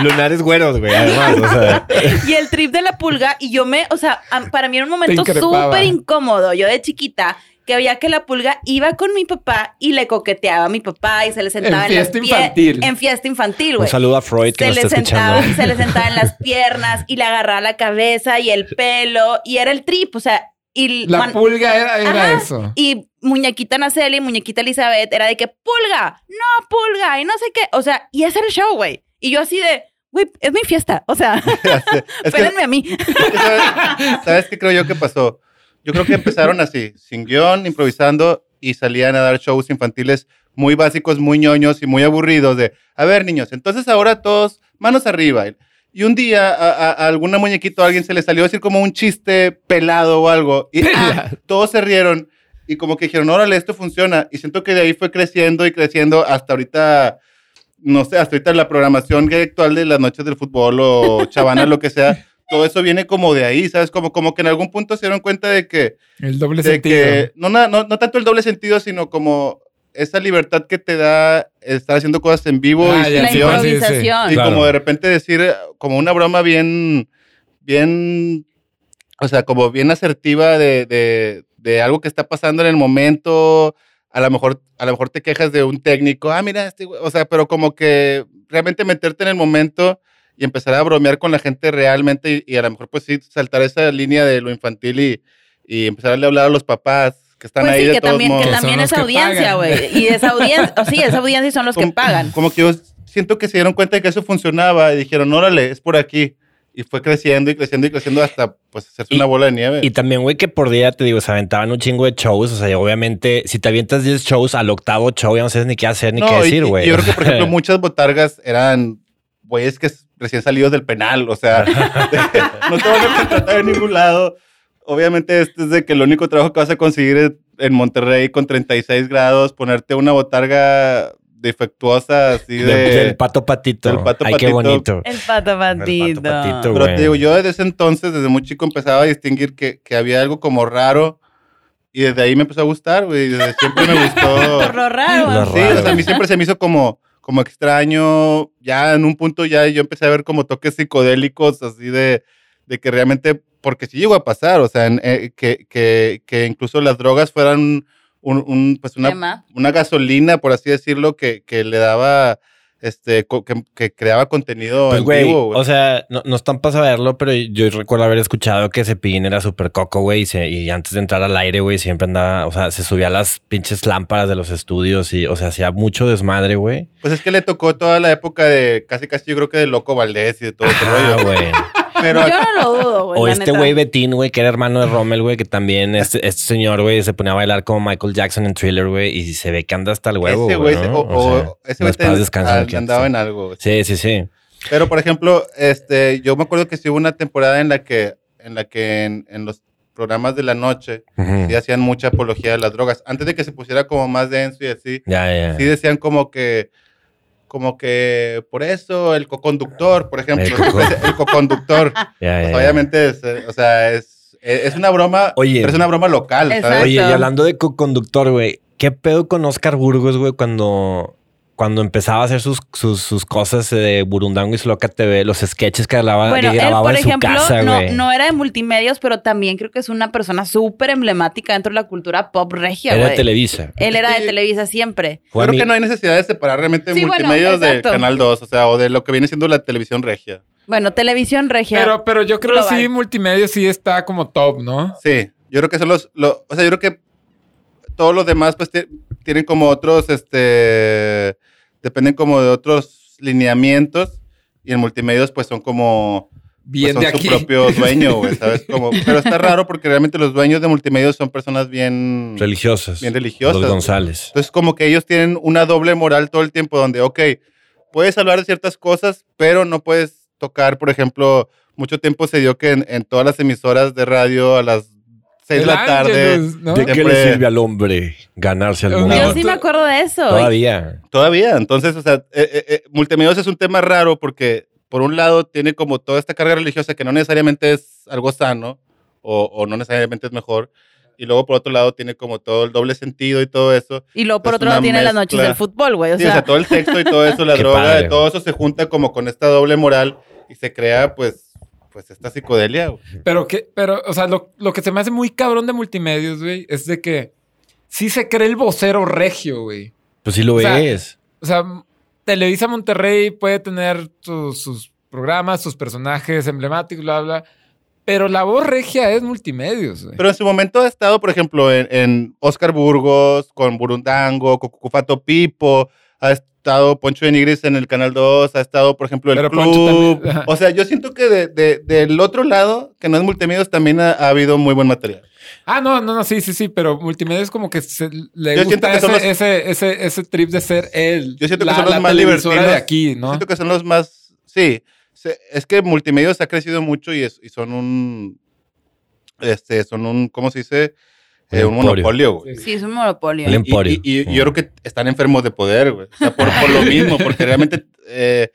Lunares güeros, güey, además. O sea, [laughs] y el trip de la pulga. Y yo me, o sea, a- para mí era un momento Te increpaba. súper incómodo. Yo de chiquita que veía que la pulga iba con mi papá y le coqueteaba a mi papá y se le sentaba En en, las fiesta pie- infantil. En fiesta [laughs] infantil, un güey. saludo a Freud que se nos le está sentaba, escuchando. se le sentaba en las piernas y le agarraba la cabeza y el pelo y era el trip, o sea, y La man- pulga era, era Ajá. eso. y muñequita Naceli y muñequita Elizabeth era de que pulga, no pulga y no sé qué, o sea, y ese era el show, güey. Y yo así de, güey, es mi fiesta, o sea, [laughs] es que espérenme a mí. Es que, ¿sabes, ¿Sabes qué creo yo que pasó? Yo creo que empezaron así, sin guión, improvisando y salían a dar shows infantiles muy básicos, muy ñoños y muy aburridos de, a ver niños, entonces ahora todos manos arriba. Y un día a, a- a alguna muñequito a alguien se le salió a decir como un chiste pelado o algo y ah, todos se rieron y como que dijeron, órale, esto funciona. Y siento que de ahí fue creciendo y creciendo hasta ahorita, no sé, hasta ahorita la programación que hay actual de las noches del fútbol o chavana, lo que sea, todo eso viene como de ahí, ¿sabes? Como, como que en algún punto se dieron cuenta de que, El doble de sentido. que no, na- no, no tanto el doble sentido, sino como esa libertad que te da estar haciendo cosas en vivo Ah, y ya, sin La sí, guión. sí, sí. improvisación. Y Claro. como de repente decir, eh, como una broma bien, bien, o sea, como bien asertiva de, de- de algo que está pasando en el momento, a lo mejor, a lo mejor te quejas de un técnico, ah, mira, este güey", o sea, pero como que realmente meterte en el momento y empezar a bromear con la gente realmente y, y a lo mejor pues sí saltar esa línea de lo infantil y, y empezar a hablar a los papás que están Pues ahí sí, de que todos también, modos. que son también los es que audiencia, pagan. güey. Y esa audiencia, o sí, esa audiencia y son los que como, pagan. Como que yo siento que se dieron cuenta que eso funcionaba y dijeron, órale, es por aquí. Y fue creciendo y creciendo y creciendo hasta pues hacerse Y- una bola de nieve. Y también, güey, que por día te digo, se aventaban un chingo de shows. O sea, y obviamente, si te avientas 10 shows al octavo show, ya no sabes ni qué hacer ni No, qué y- decir, y- güey. Yo creo que, [laughs] por ejemplo, muchas botargas eran güeyes que s- recién salidos del penal, [laughs] o sea, [laughs] no te van a contratar en ningún lado. Obviamente, este es de que el único trabajo que vas a conseguir es en Monterrey con 36 grados, ponerte una botarga defectuosa así de. Del- del pato patito. del pato Ay, qué patito. bonito. El pato patito, patito. patito. Pero güey. te digo, yo desde ese entonces, desde muy chico, empezaba a distinguir que, que había algo como raro. Y desde ahí me empezó a gustar, güey. y Desde siempre me gustó. Lo raro. Lo Sí, o sea, a mí siempre se me hizo como, como extraño. Ya en un punto ya yo empecé a ver como toques psicodélicos, así de, de que realmente, porque sí llegó a pasar, o sea, en- eh, que, que, que incluso las drogas fueran un, un, pues una, Tema. una gasolina, por así decirlo, que, que le daba, este, co- que, que creaba contenido Pues, en güey, vivo, güey. o sea, no, no están para saberlo, pero yo recuerdo haber escuchado que Cepillín era súper coco, güey, y, se- y antes de entrar al aire, güey, siempre andaba, o sea, se subía a las pinches lámparas de los estudios y, o sea, hacía mucho desmadre, güey. Pues es que le tocó toda la época de, casi casi yo creo que de Loco Valdés y de todo ese Ah, [laughs] rollo. güey. Pero Yo no lo dudo, güey. O Pues, la este neta. güey Betín, güey, que era hermano de Rommel, güey, que también este, este señor, güey, se ponía a bailar como Michael Jackson en Thriller, güey, y se ve que anda hasta el huevo, ese güey, güey. se- ¿no? o, O sea, o- ese los güey te- padres descansan ah, aquí, andaba sí. en algo. Sí, sí, sí. Pero por ejemplo, este, yo me acuerdo que sí hubo una temporada en la que, en la que en, en los programas de la noche Ujú. sí hacían mucha apología de las drogas. Antes de que se pusiera como más denso y así, Ya, ya. sí decían como que, como que por eso el coconductor, por ejemplo, El coco. [laughs] el coconductor, ya, ya, Pues, ya. obviamente, es, eh, o sea, es, eh, es una broma, Oye. pero es una broma local, ¿sabes? Exacto. Oye, y hablando de co-conductor, güey, ¿qué pedo con Oscar Burgos, güey, cuando, cuando empezaba a hacer sus, sus, sus cosas eh, de Burundango y Sloca TV, los sketches que grababa, Bueno, que él, grababa por en su ejemplo, casa, no, güey? no era de multimedios, pero también creo que es una persona súper emblemática dentro de la cultura pop regia, Era de güey. Televisa. Él era de Sí. Televisa siempre. Fue a Creo mí- que no hay necesidad de separar realmente Sí, bueno, multimedios de exacto. Canal 2, o sea, o de lo que viene siendo la televisión regia. Bueno, Televisión Regia. Pero, pero yo creo que Global. sí, multimedia sí está como top, ¿no? Sí, yo creo que son los, lo- o sea, yo creo que todos los demás pues ti- tienen como otros, este, dependen como de otros lineamientos y en multimedios pues son como, pues, Bien son de su aquí. propio dueño, güey, ¿sabes? Como, pero está raro porque realmente los dueños de multimedios son personas bien, Religiosas. bien religiosas. Los González. Entonces como que ellos tienen una doble moral todo el tiempo donde, ok, puedes hablar de ciertas cosas, pero no puedes tocar, por ejemplo, mucho tiempo se dio que en, en todas las emisoras de radio a las 6 [laughs] de El la tarde... Ángelus, ¿no? ¿De qué le Siempre- sirve al hombre ganarse al Yo mundo? Yo No, sí tú- me acuerdo de eso. Todavía. Todavía, entonces, o sea, eh, eh, eh, multimedios es un tema raro porque, por un lado, tiene como toda esta carga religiosa que no necesariamente es algo sano o, o no necesariamente es mejor. Y luego, por otro lado, tiene como todo el doble sentido y todo eso. Y luego por Es otro lado una tiene las noches mezcla. del fútbol, güey. O Sí, o sea, sea, todo el texto y [laughs] todo eso, la Qué droga, padre, todo eso se junta como con esta doble moral y se crea, pues, pues esta psicodelia. güey. Pero que, pero, o sea, lo, lo que se me hace muy cabrón de multimedios, güey, es de que sí se cree el vocero regio, güey. Pues sí lo O sea, es. O sea, Televisa Monterrey puede tener tu- sus programas, sus personajes emblemáticos, bla, bla. Pero la voz regia es multimedios, güey. Pero en su momento ha estado, por ejemplo, en, en Oscar Burgos, con Burundango, con Cucufato Pipo, ha estado Poncho de Nigris en el Canal 2, ha estado, por ejemplo, el Pero Poncho Club. también- ajá. O sea, yo siento que de- de- del otro lado, que no es multimedios, también ha, ha habido muy buen material. Ah, no, no, no, sí, sí, sí, pero multimedia es como que se- le Yo siento gusta que ese, son los- ese, ese, ese trip de ser él. Yo siento que la, son los la más televisora divertidos. de aquí, ¿no? Siento que son los más... Sí, se- es que multimedios ha crecido mucho y, es- y son un... Este, son un, ¿cómo se dice? Eh, un Emporio. monopolio, güey. Sí, sí, es un monopolio. El Y- emporio. Y, y- y Mm. yo creo que están enfermos de poder, güey. O sea, por, por lo mismo, porque realmente eh,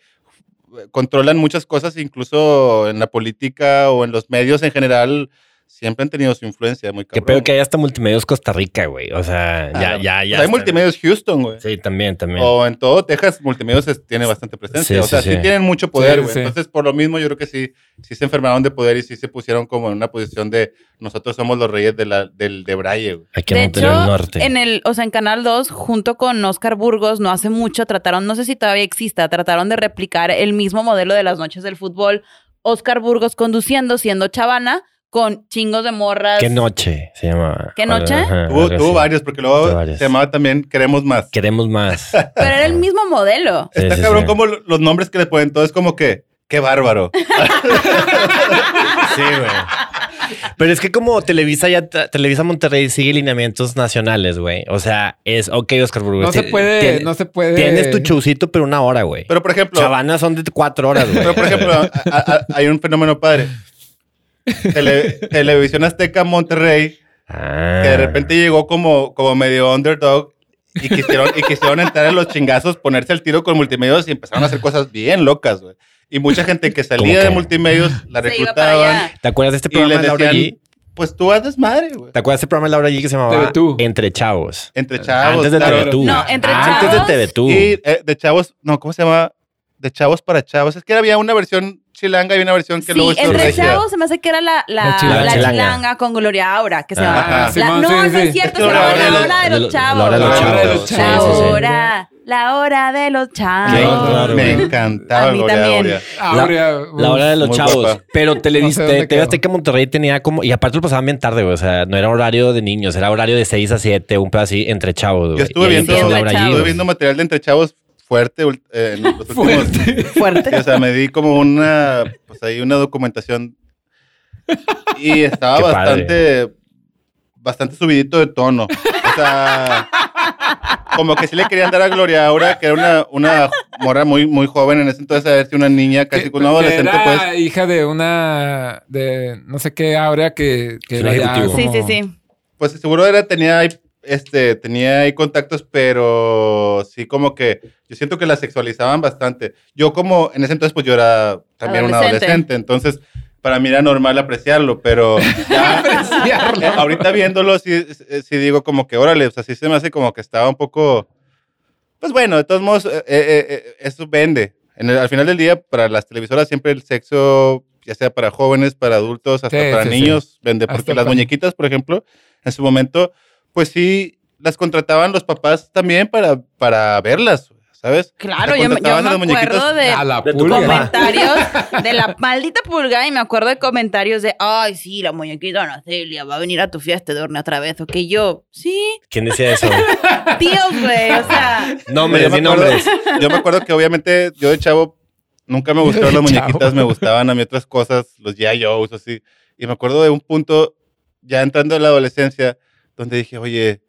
controlan muchas cosas, incluso en la política o en los medios en general, siempre han tenido su influencia muy Qué cabrón. pedo que hay hasta Multimedios Costa Rica, güey. O sea, Ah, ya, ya, O ya. sea, hay están- multimedios Oh. Houston, güey. Sí, también, también. O en todo Texas, multimedios es- tiene bastante presencia. Sí, o sea, sí, sí, sí. tienen mucho poder, Sí, güey. sí. Entonces, por lo mismo, yo creo que sí, sí se enfermaron de poder y sí se pusieron como en una posición de nosotros somos los reyes de la, del de Braille, güey. Aquí en De Monterrey hecho, Norte. en el, o sea, en Canal 2, junto con Oscar Burgos, no hace mucho trataron, no sé si todavía exista, trataron de replicar el mismo modelo de las noches del fútbol. Oscar Burgos conduciendo, siendo chavana, con chingos de morras. ¿Qué noche se llama? ¿Qué noche? Tuvo, tuvo varios, porque luego Ah, Tuvo varios. se llamaba también Queremos Más. Queremos [laughs] más. Pero era el mismo modelo. Sí, Está sí, cabrón sí. como lo- los nombres que le ponen todo es como que, qué bárbaro. Sí, güey. Pero es que como Televisa ya tra- Televisa Monterrey sigue lineamientos nacionales, güey. O sea, es ok, Oscar Burgos. No se ti- puede, tien- no se puede. Tienes tu showcito, pero una hora, güey. Pero por ejemplo, Chavanas son de cuatro horas, güey. pero, por ejemplo a- a- hay un fenómeno padre. Tele- Televisión Azteca Monterrey, Ah. que de repente llegó como, como medio underdog y quisieron, y quisieron entrar en los chingazos, ponerse al tiro con multimedios y empezaron a hacer cosas bien locas, güey. Y mucha gente [laughs] que ¿Cómo salía de qué? [laughs] multimedios la Se iba para reclutaban. allá. ¿Te acuerdas de este Y programa les de Laura decían, G? pues tú haces madre, güey. ¿Te acuerdas de este programa de Laura G que se llamaba TV Tú. Entre Chavos? Entre chavos. Eh, Antes de claro. TV Tú. No, Entre Antes de Chavos. TV Tú. Y eh, de chavos, no, ¿cómo se llama? De chavos para chavos. Es que había una versión chilanga y una versión que Sí, luego hizo entre regia. chavos se me hace que era la, la, La chilanga. la La chilanga. Ah. chilanga con Gloria Aura, que se Ajá. llamaba. Sí, La- man, no, Ah, sí, no sí. es cierto, se La llamaba hora de la los- hora de los chavos. La hora de los La hora de chavos. los Sí, La sí, sí. hora, la hora de los Me, Ah, Sí, chavos. claro, me güey. encantaba A mí Gloria también. Aurea. Aurea, uh, La hora de los Muy chavos. guapa. Pero No sé Televisa, dónde te- TV quedó. Azteca Monterrey tenía como. Y aparte lo pasaban bien tarde, güey. O sea, no era horario de niños, era horario de 6 a 7, un pedo así entre chavos, güey. Yo estuve Y ahí viendo, empezó Entre Laura G, Chavos. estuve güey. viendo material de entre chavos fuerte ul- eh, [laughs] en los últimos. Fuerte. Sí, o sea, me di como una, pues ahí una documentación y estaba Qué padre. bastante, bastante subidito de tono. O sea, como que sí le querían dar a Gloria Aura, que era una, una morra muy, muy joven en ese entonces, a ver si una niña, casi con una Que- que adolescente, era pues. hija de una de no sé qué Aurea que, que Sí, era ya ejecutivo. Sí, como- [laughs] sí, sí. Pues seguro era, tenía ahí, este, tenía ahí contactos, pero sí como que yo siento que la sexualizaban bastante. Yo como en ese entonces pues yo era también un Adolescente. adolescente, entonces para mí era normal apreciarlo, pero ya, eh, [laughs] ahorita viéndolo sí, sí digo como que órale, o sea, sí se me hace como que estaba un poco, pues bueno, de todos modos eh, eh, eh, eso vende. En el- al final del día para las televisoras siempre el sexo ya sea para jóvenes, para adultos, hasta Sí, para sí, sí. niños, vende, Hasta porque las para- muñequitas, por ejemplo, en su momento, pues sí, las contrataban los papás también para, para verlas, ¿sabes? Claro, Te yo, me- yo contrataban me a las muñequitas. acuerdo [laughs] de a la de tu pulga. mamá. comentarios [laughs] de la maldita pulga y me acuerdo de comentarios de, ay, sí, la muñequita Ana Celia va a venir a tu fiesta de horno otra vez, o que yo, sí, ¿Quién decía [laughs] eso? güey? tíos, güey, [laughs] o sea, Nombres, Yo me di acuerdo- nombres. [laughs] [laughs] Yo me acuerdo que obviamente yo de chavo nunca me [laughs] gustaron las de chavo. muñequitas, me gustaban a mí otras cosas, los G.I.O.s, así. Y me acuerdo de un punto, ya entrando en la adolescencia, donde dije, oye,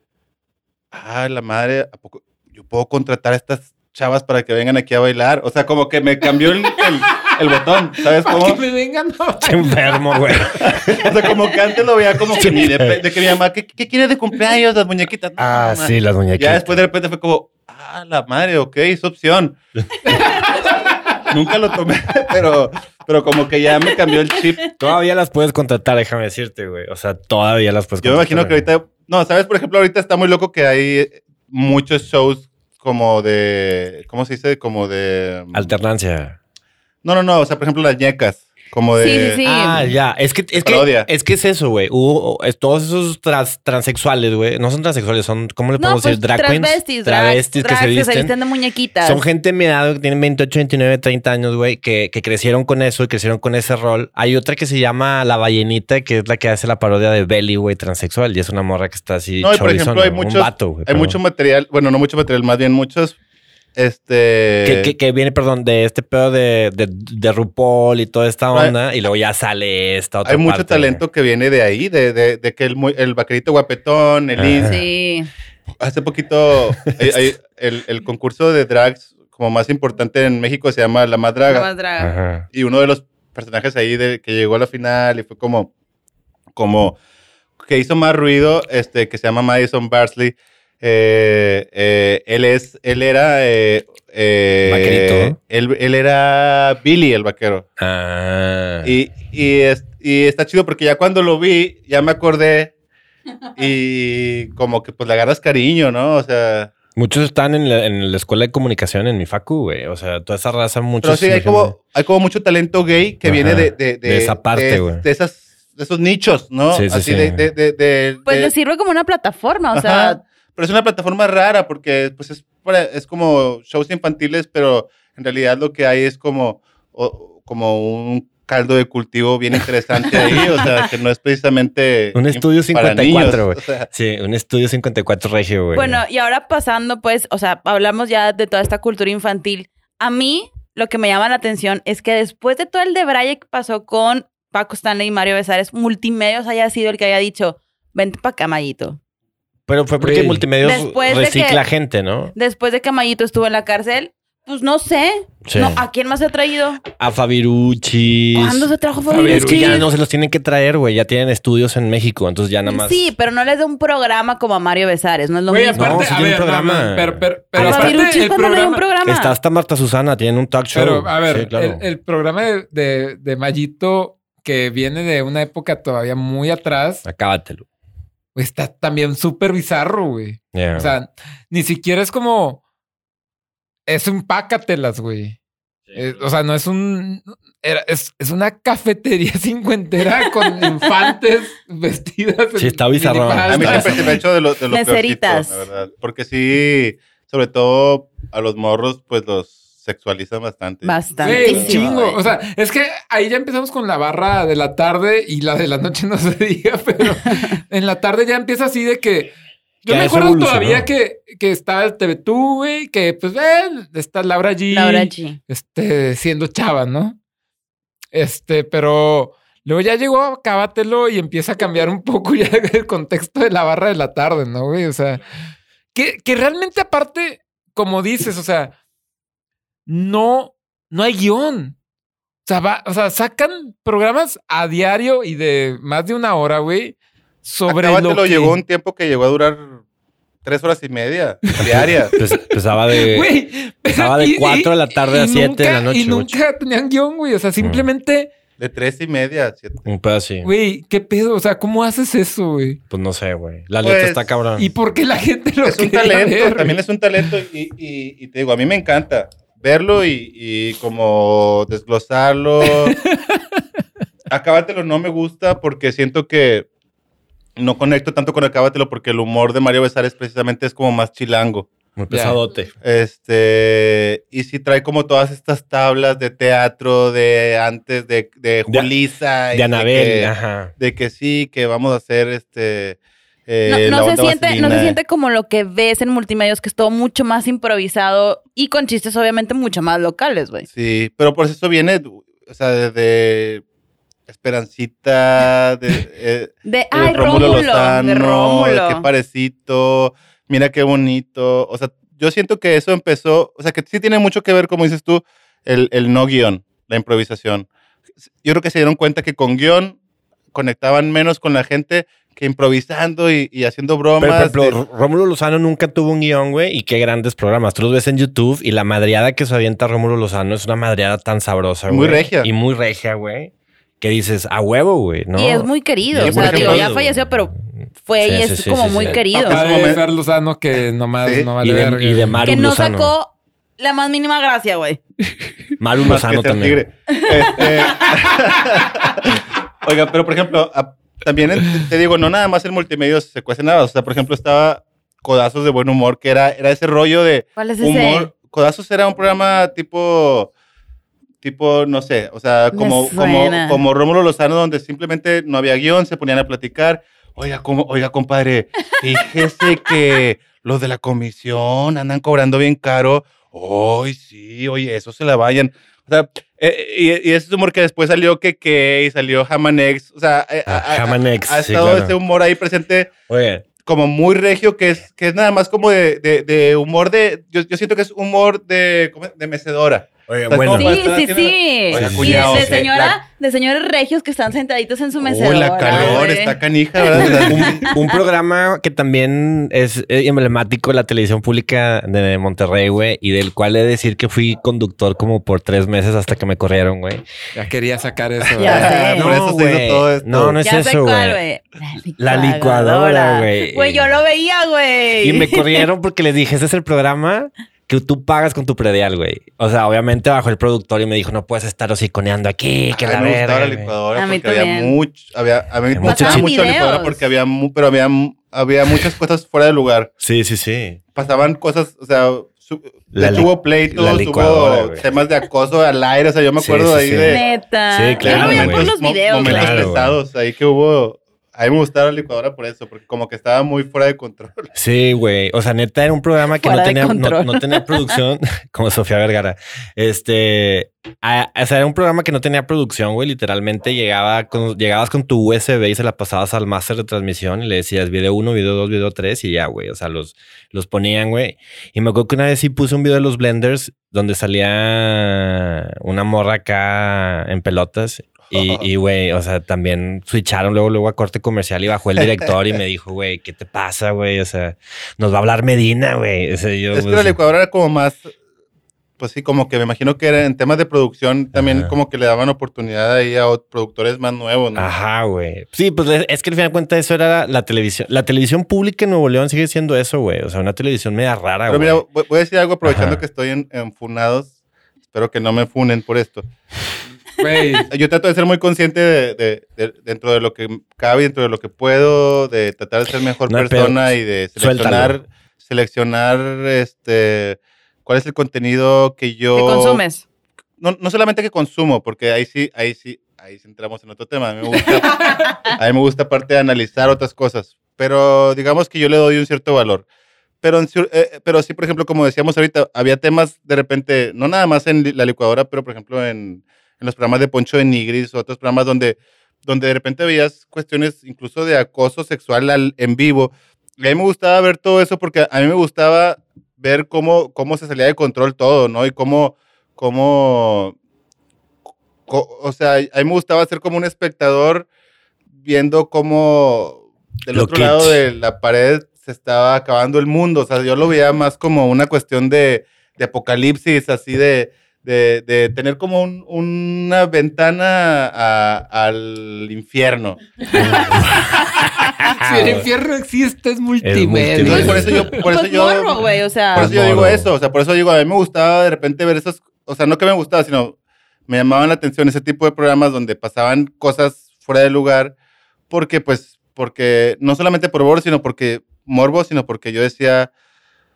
ah, la madre, ¿a poco yo puedo contratar a estas chavas para que vengan aquí a bailar? O sea, como que me cambió el, el- el botón, ¿sabes Para [laughs] cómo? que me vengan a Qué enfermo, güey. O sea, como que antes lo veía como que ni de, pe- de que mi mamá, ¿qué, qué quieres de cumpleaños? Las muñequitas. No, Ah, mamá. sí, las muñequitas. Ya después de repente fue como, ah, la madre, ok, es [laughs] opción. Nunca lo tomé, pero, pero como que ya me cambió el chip. Todavía las puedes contratar, déjame decirte, güey. O sea, todavía las puedes Yo me contratar. imagino que ahorita, no, ¿sabes? Por ejemplo, ahorita está muy loco que hay muchos shows como de, ¿cómo se dice? Como de... Alternancia. No, no, no, o sea, por ejemplo, las ñecas, como de... sí, sí, sí. Ah, ya. Es que es, que, Parodia. es que es eso, güey. Hubo es- todos esos trans- transexuales, güey. No son transexuales, son, ¿cómo le No, podemos pues decir? Drag queens. transvestis, drags, travestis drags que se visten. de muñequitas. Son gente de mi edad, que tienen 28, 29, 30 años, güey, que, que crecieron con eso y crecieron con ese rol. Hay otra que se llama La Ballenita, que es la que hace la parodia de Belly, güey, transexual. Y es una morra que está así No, y por chorizona, ejemplo, hay un muchos- vato, güey, Hay perdón. mucho material, bueno, no mucho material, más bien muchos, este... Que, que- que viene, perdón, de este pedo de, de, de RuPaul y toda esta Hay- onda. y luego ya sale esta otra Hay mucho parte, talento que viene de ahí, de, de, de que el, muy- el vaquerito guapetón, el Ah. ins- Sí. Hace [laughs] poquito hay- hay- el, el concurso de drags como más importante en México se llama La Más Draga. Nomás güey. draga. Ajá. Y uno de los personajes ahí de, que llegó a la final y fue como, como que hizo más ruido, este, que se llama Madison Barsley. Eh, eh, él es, él era eh, eh, Vaquerito. Él, él era Billy, el vaquero. Ah. Y, y, es- y está chido porque ya cuando lo vi, ya me [laughs] acordé. Y como que pues le agarras cariño, ¿no? O sea. Muchos están en la, en la escuela de comunicación en mi facu, güey. O sea, toda esa raza, muchos. Pero sí, hay dicen, como, hay como mucho talento gay que Ajá. viene de, de, De esa parte, de- güey. de esas, de esos nichos, ¿no? Sí, sí, Así sí. De, de, de- de- Pues Eh, de- le sirve como una plataforma, o sea, Ajá. Pero es una plataforma rara porque pues es, para- es como shows infantiles, pero en realidad lo que hay es como, o- como un caldo de cultivo bien interesante ahí, o sea, que no es precisamente... [laughs] Un estudio para 54, niños, güey. o sea, Sí, un estudio 54 regio, güey. Bueno, y ahora pasando, pues, o sea, hablamos ya de toda esta cultura infantil. A mí, lo que me llama la atención es que después de todo el debraye que pasó con Paco Stanley y Mario Besares, Multimedios haya sido el que haya dicho, vente para acá, Mayito. Pero fue porque Güey. Multimedios Después de recicla que- gente, ¿no? Después de que Mayito estuvo en la cárcel, pues no sé. Sí. No, ¿A quién más se ha traído? A Fabiruchis. ¿Cuándo se trajo ver, Es que Fabiruchis? ya no se los tienen que traer, güey. Ya tienen estudios en México, entonces ya nada más. Sí, pero no les da un programa como a Mario Besares, no es lo Güey, mismo. No, aparte, sí a tiene ver, un no, programa. no, pero, pero, pero a aparte Fabiruchis, el ¿cuándo le dio un programa, programa? Está hasta Marta Susana, tienen un talk show. pero a ver, Sí, claro. el, el programa de, de, de Mayito que viene de una época todavía muy atrás, Acábatelo. está también súper bizarro, güey. Yeah. [laughs] O sea, ni siquiera es como. Es un pácatelas, güey. Eh, o sea, no es un. era- es, es una cafetería [laughs] cincuentera [laughs] con infantes vestidas. en Sí, está bizarrón. minifalda. A mí siempre se me ha hecho de los... De lo Meseritas. peorcito, la verdad. Porque sí, sobre todo a los morros, pues los sexualizan bastante. Güey, un Bastantísimo. chingo. güey. O sea, es que ahí ya empezamos con la barra de la tarde y la de la noche no se diga, [laughs] pero en la tarde ya empieza así de que. Yo Ya me eso acuerdo evolucionó. todavía que, que está el TV Tú, güey, que pues, ven, está Laura G. Laura G. este, siendo chava, ¿no? Este, pero luego ya llegó Acábatelo y empieza a cambiar un poco ya [laughs] el contexto de la barra de la tarde, ¿no, güey? O sea, que, que realmente aparte, como dices, o sea, no, no hay guión. O sea, va- o sea, sacan programas a diario y de más de una hora, güey, sobre Acábatelo lo que... llegó un tiempo que llegó a durar tres horas y media [laughs] diarias. Pues, empezaba de. [laughs] [laughs] Güey, Empezaba de y- y- 4 de la tarde a y 7 de la nunca- noche. Y nunca tenían guión, güey. O sea, simplemente... De tres y media, a siete. Un pedo así. Güey, ¿qué pedo? O sea, ¿cómo haces eso, güey? Pues no sé, güey. La Pues, letra está cabrón. ¿Y por qué la gente lo Es un quería talento, ver, güey? también es un talento. Y, y- y te digo, a mí me encanta verlo y, y como desglosarlo. Acábatelo no me gusta porque siento que no conecto tanto con Acábatelo porque el humor de Mario Besares precisamente es como más chilango. Muy pesadote. Este, y si trae como todas estas tablas de teatro de antes de, de De- Julisa. y De Anabel. que- Ajá. de que sí, que vamos a hacer este. No, eh, no la se onda siente, no se vaselina. siente como lo que ves en multimedios, que es todo mucho más improvisado y con chistes obviamente mucho más locales, güey. Sí, pero por eso viene, o sea, desde Esperancita, de, eh, De, de ay, Rómulo, de Rómulo. de qué parecito, mira qué bonito. O sea, yo siento que eso empezó, o sea, que sí tiene mucho que ver, como dices tú, el, el no guión, la improvisación. Yo creo que se dieron cuenta que con guión conectaban menos con la gente que improvisando y, y haciendo Pero, por bromas. ejemplo, de- R- Rómulo Lozano nunca tuvo un guión, güey, y qué grandes programas. Tú los ves en YouTube y la madreada que se avienta Rómulo Lozano es una madreada tan sabrosa, güey. Muy regia. Y muy regia, güey. Que dices, a huevo, güey, ¿no? Y es muy querido. Y O por sea, digo, ejemplo- ya falleció, pero fue Sí, y sí, es sí, como sí, muy sí. querido. Papá Ese de momento- Fer Lozano que nomás Sí. no vale Y de, verga. y de Maru que no Lozano. sacó la más mínima gracia, güey. Maru más que Lozano ser también. tigre. Este, [laughs] Oiga, pero por ejemplo, a- también en- te digo, no nada más en multimedia se cuece nada. O sea, por ejemplo, estaba Codazos de Buen Humor, que era, era ese rollo de ¿Cuál es ese? humor. Codazos era un programa tipo, tipo, no sé, o sea, Me como, como, suena. como Rómulo Lozano, donde simplemente no había guión, se ponían a platicar. Oiga, como, oiga, compadre, fíjese que los de la comisión andan cobrando bien caro. Hoy sí, oye, eso se la vayan. O sea, eh, y, y ese humor que después salió que y salió Hamanex. O sea, eh, Ah, ha- ha- Hamanex, ha sí, estado claro. ese humor ahí presente Oye, como muy regio, que es, que es nada más como de, de- de humor de. Yo, yo siento que es humor de, ¿cómo es? de mecedora. Oye, ¿Sabes bueno. cómo? Sí, Está sí, haciendo- sí. Oye, Sí, cuñado, de sí, señora, de señores regios que están sentaditos en su mecedora. Uy, la calor güey. está canija, [laughs] ¿verdad? un, [laughs] un programa que también es eh, emblemático de la televisión pública de Monterrey, güey, y del cual he de decir que fui conductor como por tres meses hasta que me corrieron, güey. Ya quería sacar eso. Ya ¿verdad? sé. Ah, Por eso se güey. hizo todo esto. No, no es ya sé eso, cuál, güey. güey. La licuadora, güey. Güey, yo lo veía, güey. Y me corrieron porque les dije, este es el programa que tú pagas con tu predial, güey. O sea, obviamente bajó el productor y me dijo, no puedes estar hociconeando aquí, que Ay, la me gustaba verga, la güey". licuadora A mí porque había también. mucho, había, a mí me Pasaban gustaba mucho la videos. licuadora porque había, mu- pero había, había muchas cosas fuera de lugar. Sí, sí, sí. Pasaban cosas, o sea, su- La de- li- hubo pleitos, la licuadora, hubo güey. temas de acoso al aire, o sea, yo me Sí, acuerdo sí, ahí sí. de... Neta. Sí, yo lo claro, veía por güey. los mo- videos. momentos claro, güey. pesados ahí que hubo... A mí me gustaba la licuadora por eso, porque como que estaba muy fuera de control. Sí, güey. O sea, neta, era un programa que Fuera no de tenía, no, control. no tenía producción, [laughs] como Sofía Vergara. Este, a- o sea, era un programa que no tenía producción, güey. Literalmente llegaba con, llegabas con tu USB y se la pasabas al máster de transmisión y le decías video 1, video 2, video 3 y ya, güey. O sea, los, los ponían, güey. Y me acuerdo que una vez sí puse un video de los Blenders donde salía una morra acá en pelotas. [laughs] Y, y, güey, o sea, también switcharon luego, luego a corte comercial y [laughs] bajó el director y me dijo, güey, ¿qué te pasa, güey? O sea, nos va a hablar Medina, güey. O sea, yo, Es que pues, la licuadora era como más, pues sí, como que me imagino que era en temas de producción también Ajá. como que le daban oportunidad ahí a ot- productores más nuevos, ¿no? Ajá, güey. Sí, pues es- es que al final de cuentas eso era la, la televisión. La televisión pública en Nuevo León sigue siendo eso, güey. O sea, una televisión media rara, Pero güey. mira, voy, voy a decir algo aprovechando Ajá. que estoy en, en funados. Espero que no me funen por esto. Güey, [laughs] Yo trato de ser muy consciente de, de- de- dentro de lo que cabe, dentro de lo que puedo, de tratar de ser mejor No hay pedo. persona y de seleccionar, Suéltalo. seleccionar este, cuál es el contenido que yo ¿Qué consumes? no, no solamente que consumo, porque ahí sí, ahí sí, ahí sí entramos en otro tema. A mí me gusta, a mí me gusta aparte de analizar otras cosas, pero digamos que yo le doy un cierto valor. Pero, en cier- eh, pero sí, por ejemplo, como decíamos ahorita, había temas de repente, no nada más en li- la licuadora, pero por ejemplo en, en los programas de Poncho de Nigris o otros programas donde, donde de repente veías cuestiones incluso de acoso sexual al- en vivo. Y a mí me gustaba ver todo eso porque a mí me gustaba ver cómo, cómo se salía de control todo, ¿no? Y cómo, como, co- o sea, a mí me gustaba ser como un espectador viendo cómo del Lo otro kitsch. lado de la pared se estaba acabando el mundo. O sea, yo lo veía más como una cuestión de, de apocalipsis, así de, de, de tener como un- una ventana a- al infierno. Ah, si el infierno existe, es multimedia. multimedia. Entonces, por eso yo... Por eso pues yo morro, güey, o sea. por eso yo Moro. digo eso, o sea, por eso digo, a mí me gustaba de repente ver esas, o sea, no que me gustaba, sino me llamaban la atención ese tipo de programas donde pasaban cosas fuera de lugar, porque pues, porque no solamente por morbo, sino porque morbo, sino porque yo decía,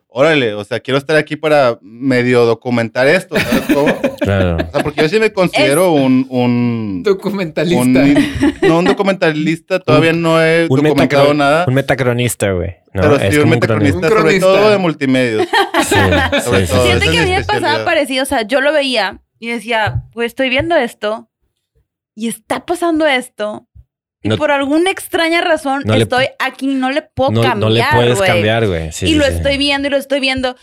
órale, o sea, quiero estar aquí para medio documentar esto, ¿sabes cómo? o [laughs] Claro. sea, porque yo sí me considero un, un, Documentalista. un- no un documentalista, todavía no he Un, documentado metacron- nada. un metacronista, güey. No, pero es sí, un como un metacronista, cronista. sobre Un todo cronista. de multimedios. cronista. Sí, [laughs] Sobre sí, sí, todo. sí. esa Siente es que mi a mí me pasaba especialidad. parecido. O sea, yo lo veía y decía, pues estoy viendo esto y está pasando esto. Y No- por alguna extraña razón No le- estoy aquí, no le puedo No, cambiar. no le puedes güey. cambiar, güey. Sí, y sí, lo sí. estoy viendo y lo estoy viendo.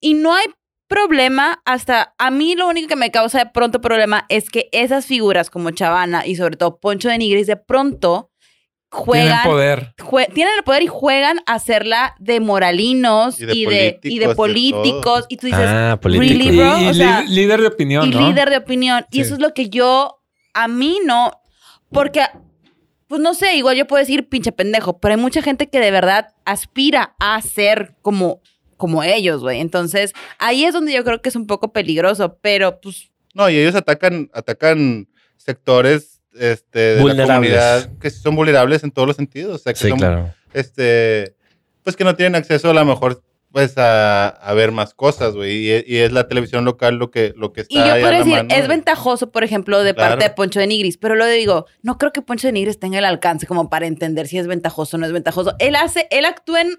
Y no hay problema, hasta a mí lo único que me causa de pronto problema es que esas figuras como Chavana y sobre todo Poncho de Nigris de pronto Tienen juegan poder. jue- tienen el poder y juegan a hacerla de moralinos Y y de de, y de, políticos, de políticos. Y tú dices, Ah, político. Really, Y, Sí, bro, y o sea, li- líder de opinión, y ¿no? líder de opinión. Sí. Y eso es lo que yo, a mí no, porque, pues no sé, igual yo puedo decir pinche pendejo, pero hay mucha gente que de verdad aspira a ser como, como ellos, güey. Entonces, ahí es donde yo creo que es un poco peligroso, pero pues... No, y ellos atacan, atacan sectores este, de Vulnerables. la comunidad que son vulnerables en todos los sentidos. O sea, que Sí, son, claro. este, pues que no tienen acceso a lo mejor pues a, a ver más cosas, güey. Y, y es la televisión local lo que, lo que está Y yo ahí a puedo la decir, mano. es ventajoso, por ejemplo, de Claro. parte de Poncho de Nigris, pero lo digo, no creo que Poncho de Nigris tenga el alcance como para entender si es ventajoso o no es ventajoso. Él hace, él actúa en,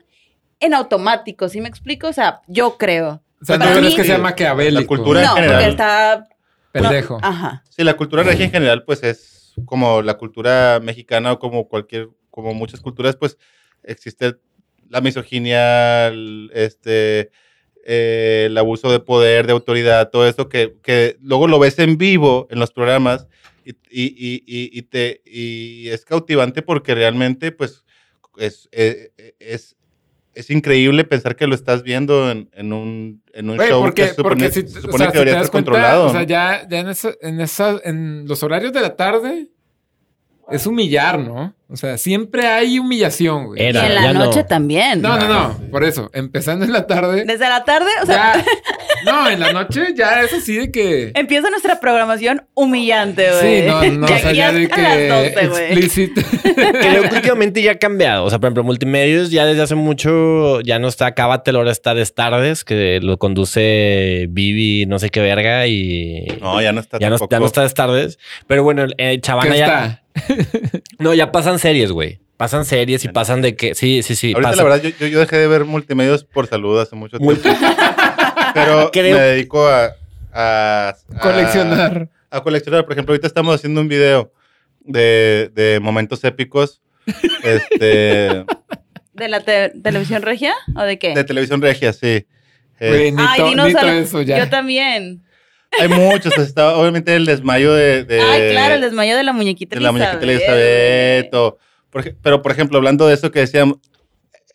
en automático, ¿sí me explico? O sea, yo creo. O sea, no Para crees mí- que sea maquiavélico. La cultura en no, porque general. está... Pendejo. Ajá. Sí, la cultura regia en general, pues es como la cultura mexicana o como cualquier, como muchas culturas, pues existe la misoginia, el- este, eh, el abuso de poder, de autoridad, todo eso que, que luego lo ves en vivo en los programas y, y- y- y- y te, y es cautivante porque realmente pues es, eh, eh, es, es increíble pensar que lo estás viendo en, en un, en un Güey, show porque, que se supone, porque si, se o supone sea, si que debería te das estar cuenta, controlado. o sea, ¿no? ya, ya en, esa- en, esa- en los horarios de la tarde es humillar, ¿no? O sea, siempre hay humillación, güey. Era. y en la ya no. noche también. No, no, no, por eso, empezando en la tarde. Desde la tarde, o sea, [laughs] ya- no, en la noche ya es así de que... empieza nuestra programación humillante, güey. Sí, no, no, De o sea, aquí ya de hasta las que 12, güey. explícito. [laughs] [laughs] Que Creo que últimamente ya ha cambiado. O sea, por ejemplo, Multimedios ya desde hace mucho ya no está Cábatelo, ahora está Des Tardes, que lo conduce Vivi, no sé qué verga, y. no, ya no está ya, no, tampoco. ya no está Des Tardes. Pero bueno, eh, que Chavana ya. está. No, ya pasan series, güey. Pasan series y pasan de que. Sí, sí, sí. Ahorita pasan- la verdad yo, yo- yo dejé de ver multimedios por salud hace mucho Muy- [laughs] tiempo. Pero Creo- me dedico a, a- a- Coleccionar. A coleccionar. Por ejemplo, ahorita estamos haciendo un video de, de momentos épicos este, ¿De la te- televisión regia o de qué? de televisión regia, sí. Eh, Güey, ni Ay, to- ni dinos todo a- eso ya. Yo también. hay muchos. Está, obviamente el desmayo de, de- Ay, claro, el desmayo de la muñequita Eh, de la muñequita Elizabeth, Elizabeth. o- por ej- pero, por ejemplo, hablando de eso que decíamos,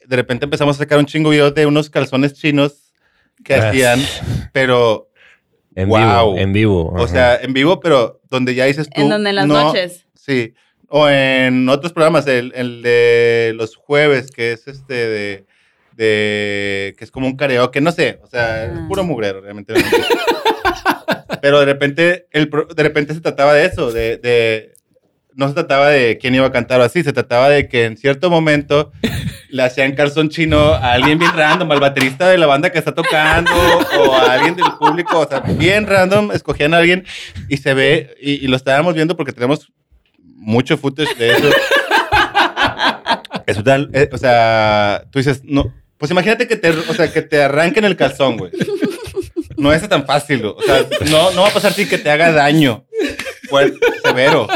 de repente empezamos a sacar un chingo videos de unos calzones chinos que Ah. hacían, pero En Wow. vivo. En vivo. O ajá. sea, en vivo, pero donde ya dices tú. En donde en las no- noches. Sí. O en otros programas, el, el de los jueves, que es este de. de- que es como un karaoke, no sé. O sea, es Ah. puro mugrero, realmente. [laughs] pero de repente, el, pro- de repente se trataba de eso, de. de- no se trataba de quién iba a cantar o así, se trataba de que en cierto momento le hacían calzón chino a alguien bien random, al baterista de la banda que está tocando o a alguien del público, o sea, bien random, escogían a alguien y se ve, y, y lo estábamos viendo porque tenemos mucho footage de [laughs] eso. Es tal, eh, o sea, tú dices, no, pues imagínate que te, o sea, que te arranquen el calzón, güey. No es tan fácil, güey. o sea, no, no va a pasar sin que te haga daño. Fue severo.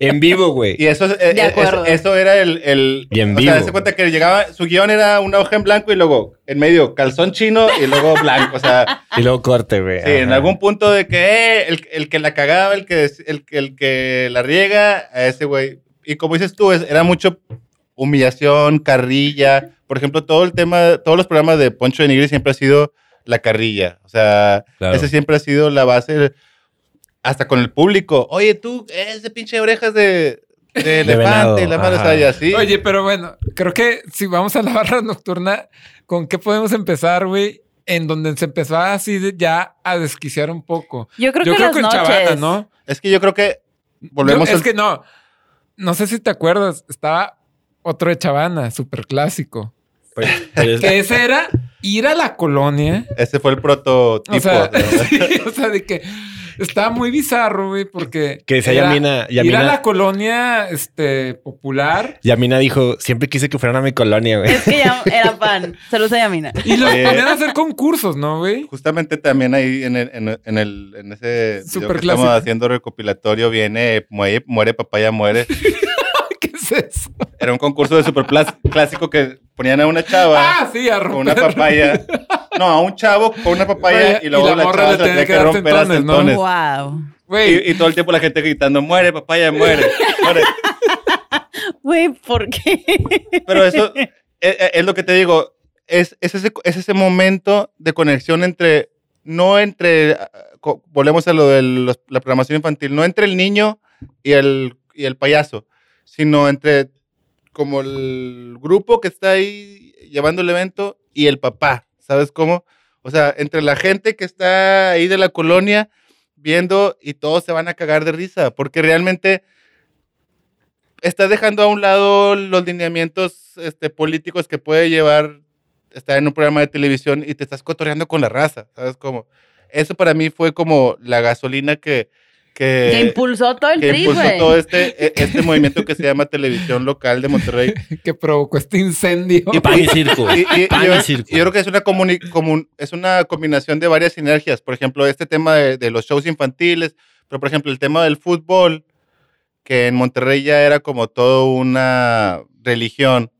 En vivo, güey. Y eso, es- eh, De eh, acuerdo. eso, eso era el, el- Y en o sea, vivo. se cuenta que llegaba, su guión era una hoja en blanco y luego en medio calzón chino y luego blanco. O sea, Y luego corte, güey. sí, en ajá. algún punto de que eh, el, el que la cagaba, el que, el, que- el que la riega, a ese güey. Y como dices tú, es- era mucho humillación, carrilla. Por ejemplo, todo el tema, todos los programas de Poncho de Nigri siempre ha sido la carrilla. O sea, Claro. ese siempre ha sido la base hasta con el público. Oye, tú, ese pinche de orejas de, de elefante, venado, la madre, o ajá. sea, y así. Oye, pero bueno, creo que si vamos a la barra nocturna, ¿con qué podemos empezar, güey? En donde se empezaba así de- ya a desquiciar un poco. Yo creo Yo que creo las que en noches. Chavana, ¿no? es que yo creo que volvemos Yo- es al- que no. No sé si te acuerdas, estaba otro de Chavana, súper clásico. Pero- pero [laughs] es- Que ese era ir a la colonia. Ese fue el prototipo. O sea, o sea, [laughs] sí, o sea, de que estaba muy bizarro, güey, porque Que decía era Yamina- ir Yamina- a la colonia este popular Yamina dijo: Siempre quise que fueran a mi colonia, güey. [laughs] Es que ya era fan. Saludos a [laughs] Yamina. Y los Oye. ponían a hacer concursos, ¿no, güey? [laughs] Justamente también ahí en, el, en, el- en el- en ese video que Superclásico. estamos haciendo recopilatoria viene Muere, muere papaya, muere. ¿Qué es eso? Era un concurso de super clásico que ponían a una chava Ah, sí, a con romper. una papaya. No, a un chavo con una papaya Vaya, y luego y la la, morra chava le se la tenía que tenía que dar romper a tentones, ¿no? tentones. Wow. Güey, Y, y todo el tiempo la gente gritando, muere papaya, muere, muere. Güey, ¿por qué? Pero eso eh, eh, es, lo que te digo, es, es, ese, es ese momento de conexión entre, no entre, ah, co- volvemos a lo de los- la programación infantil, no entre el niño y el, y el payaso, sino entre como el grupo que está ahí llevando el evento y el papá, ¿sabes cómo? O sea, entre la gente que está ahí de la colonia viendo y todos se van a cagar de risa, porque realmente estás dejando a un lado los lineamientos este, políticos que puede llevar estar en un programa de televisión y te estás cotorreando con la raza, ¿sabes cómo? Eso para mí fue como la gasolina que... Que, que impulsó todo el Eh, que trip, impulsó güey. todo este, e- este movimiento que se llama Televisión Local [laughs] de Monterrey. que provocó este incendio. Y pan y circo. Y, y- pan y y, yo, circo. y yo creo que es una, comuni- comun- es una combinación de varias sinergias. Por ejemplo, este tema de, de los shows infantiles, pero por ejemplo, el tema del fútbol, que en Monterrey ya era como toda una religión.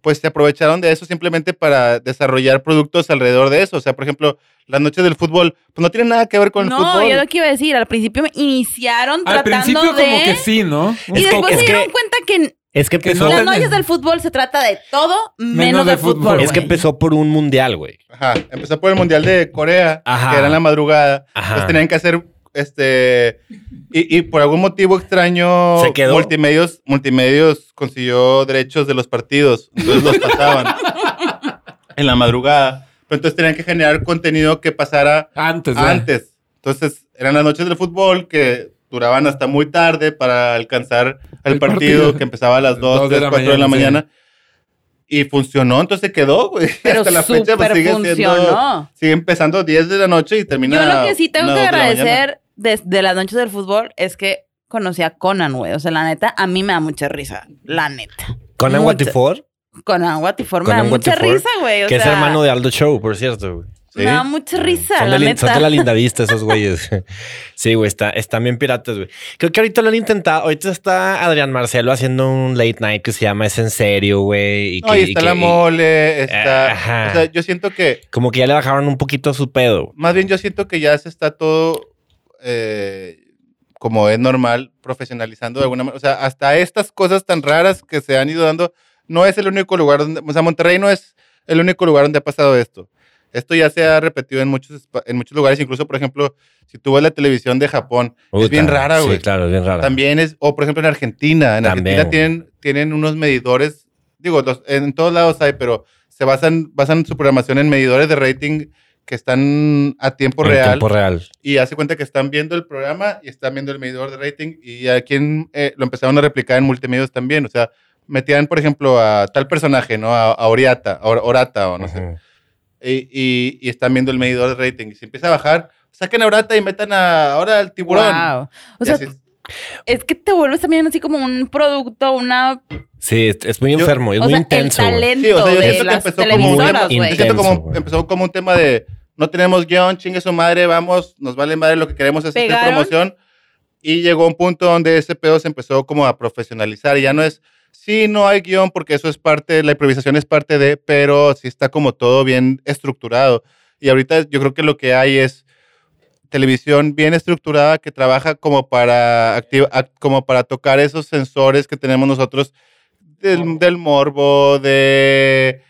pues se aprovecharon de eso simplemente para desarrollar productos alrededor de eso. O sea, por ejemplo, las noches del fútbol, pues no tiene nada que ver con el No, fútbol. yo lo que iba a decir, al principio me iniciaron Al tratando principio de... como que sí, ¿no? Un Es Y que- después es se que- dieron cuenta que Es que Que empezó, no las te- noches del fútbol se trata de todo menos, de, fútbol. es que güey. empezó por un mundial, güey. Ajá, empezó por el Mundial de Corea, Ajá. que era en la madrugada. Ajá. Entonces tenían que hacer, este, y, y por algún motivo extraño, Se quedó. Multimedios, multimedios consiguió derechos de los partidos, entonces los [laughs] pasaban en la madrugada. Pero entonces tenían que generar contenido que pasara Antes, de- antes. Entonces eran las noches del fútbol que duraban hasta muy tarde para alcanzar el, El partido, partido. que empezaba a las 2, Dos de 3, la 4 de la mañana, mañana. Y funcionó, entonces se quedó, güey. [laughs] Pero hasta la fecha pues, súper sigue siendo... funcionó. Sigue empezando 10 de la noche y termina... Yo lo que sí tengo una, que dos de la mañana. agradecer desde las noches del fútbol es que conocí a Conan, güey. O sea, la neta, a mí me da mucha risa. La neta. Conan Mucho. Waterford, Conan Waterford me da Conan mucha Waterford, risa, güey. O que es sea, hermano de Aldo Show, por cierto. güey. Sí. Me da mucha risa, son, la de, lin- son neta. de la linda vista esos güeyes. sí, güey, está, están bien piratas, güey. Creo que ahorita lo han intentado. Ahorita está Adrián Marcelo haciendo un late night que se llama Es en serio, güey. y No, que- y y está que- la y mole, está... Ajá. O sea, yo siento que... Como que ya le bajaron un poquito a su pedo. güey. Más bien yo siento que ya se está todo, eh, como es normal, profesionalizando de alguna manera. O sea, hasta estas cosas tan raras que se han ido dando, no es el único lugar donde, o sea, Monterrey no es el único lugar donde ha pasado esto. Esto ya se ha repetido en muchos, espa- en muchos lugares, incluso, por ejemplo, si tú ves la televisión de Japón, es Puta, bien rara, güey. Sí, claro, es bien rara. También es, o por ejemplo en Argentina, en También, Argentina güey. tienen, tienen unos medidores, digo, los- en todos lados hay, pero se basan, basan su programación en medidores de rating que están a tiempo En real tiempo real. y hace cuenta que están viendo el programa y están viendo el medidor de rating y aquí en, eh, lo empezaron a replicar en multimedios también, o sea, metían por ejemplo a tal personaje, ¿no? A, a Oriata, a Or- Orata o no sé, Ujú. y, y- y están viendo el medidor de rating y si empieza a bajar, saquen a Orata y metan a, ahora al tiburón. Wow. O Y sea, así- es que te vuelves también así como un producto, una. Sí, es, es muy Yo- enfermo, es o muy sea, intenso. el güey. talento Sí, o sea, yo de siento que las empezó como un televisoras, tema Yo güey. intenso. siento como güey. empezó como un tema de no tenemos guión, chingue su madre, vamos, nos vale madre lo que queremos es hacer Pegaron. promoción. Y llegó un punto donde ese pedo se empezó como a profesionalizar y ya no es, sí, no hay guión porque eso es parte, la improvisación es parte de, pero sí está como todo bien estructurado. Y ahorita yo creo que lo que hay es televisión bien estructurada que trabaja como para, activ- ac- como para tocar esos sensores que tenemos nosotros del morbo, del, morbo, de,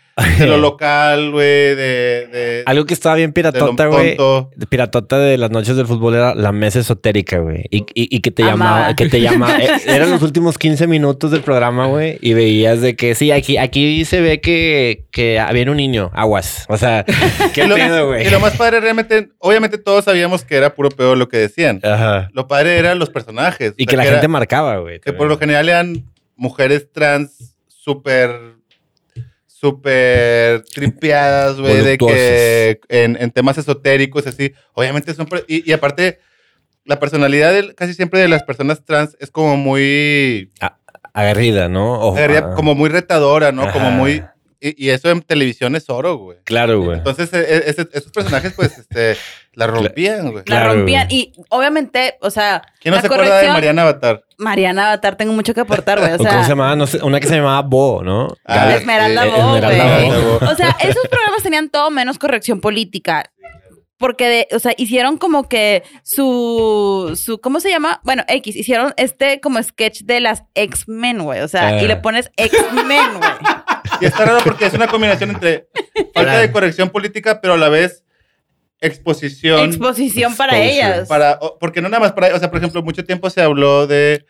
[laughs] de lo local, güey, de, de, Algo que estaba bien de lo piratota, güey. tonto. de piratota de las noches del fútbol era la mesa esotérica, güey. Y, y- y que te llamaba, Amaba. que te [laughs] llamaba. eh, eran los últimos 15 minutos del programa, güey. Y veías de que sí, aquí, aquí se ve que, que había un niño, aguas. O [laughs] sea, qué Y lo- pedo, güey. Y lo más padre realmente, obviamente todos sabíamos que era puro pedo lo que decían. Ajá. Lo padre eran los personajes. Y O sea, que la era- gente marcaba, güey. Que por lo general eran mujeres trans súper, súper tripeadas, güey, de que en, en temas esotéricos, así. Obviamente son. per- Y, y aparte, la personalidad del- casi siempre de las personas trans es como muy. Agarrida, ¿no? O- agarría- ah, como muy retadora, ¿no? Como Ajá. muy. Y, y eso en televisión es oro, güey. Claro, güey. Entonces, e- e- ese- esos personajes, pues, este, la rompían, güey. La Claro, rompían. Y obviamente, o sea, ¿Quién no la se acuerda de corrección- Mariana Avatar? Mariana Avatar, tengo mucho que aportar, güey. O O ¿Cómo se sea, llamaba? No sé, una que se llamaba Bo, ¿no? Ah, Gaby. Esmeralda sí, Bo, Esmeralda güey. Bo. O sea, esos programas tenían todo menos corrección política. Porque, de, o sea, hicieron como que su, su, ¿cómo se llama? Bueno, X, hicieron este como sketch de las X-Men, güey. O sea, Ah. Eh. y le pones X-Men, güey. Y está raro porque es una combinación entre falta de corrección política, pero a la vez exposición. Exposición para Exposure. ellas. para, o- porque no nada más para. O sea, por ejemplo, mucho tiempo se habló de.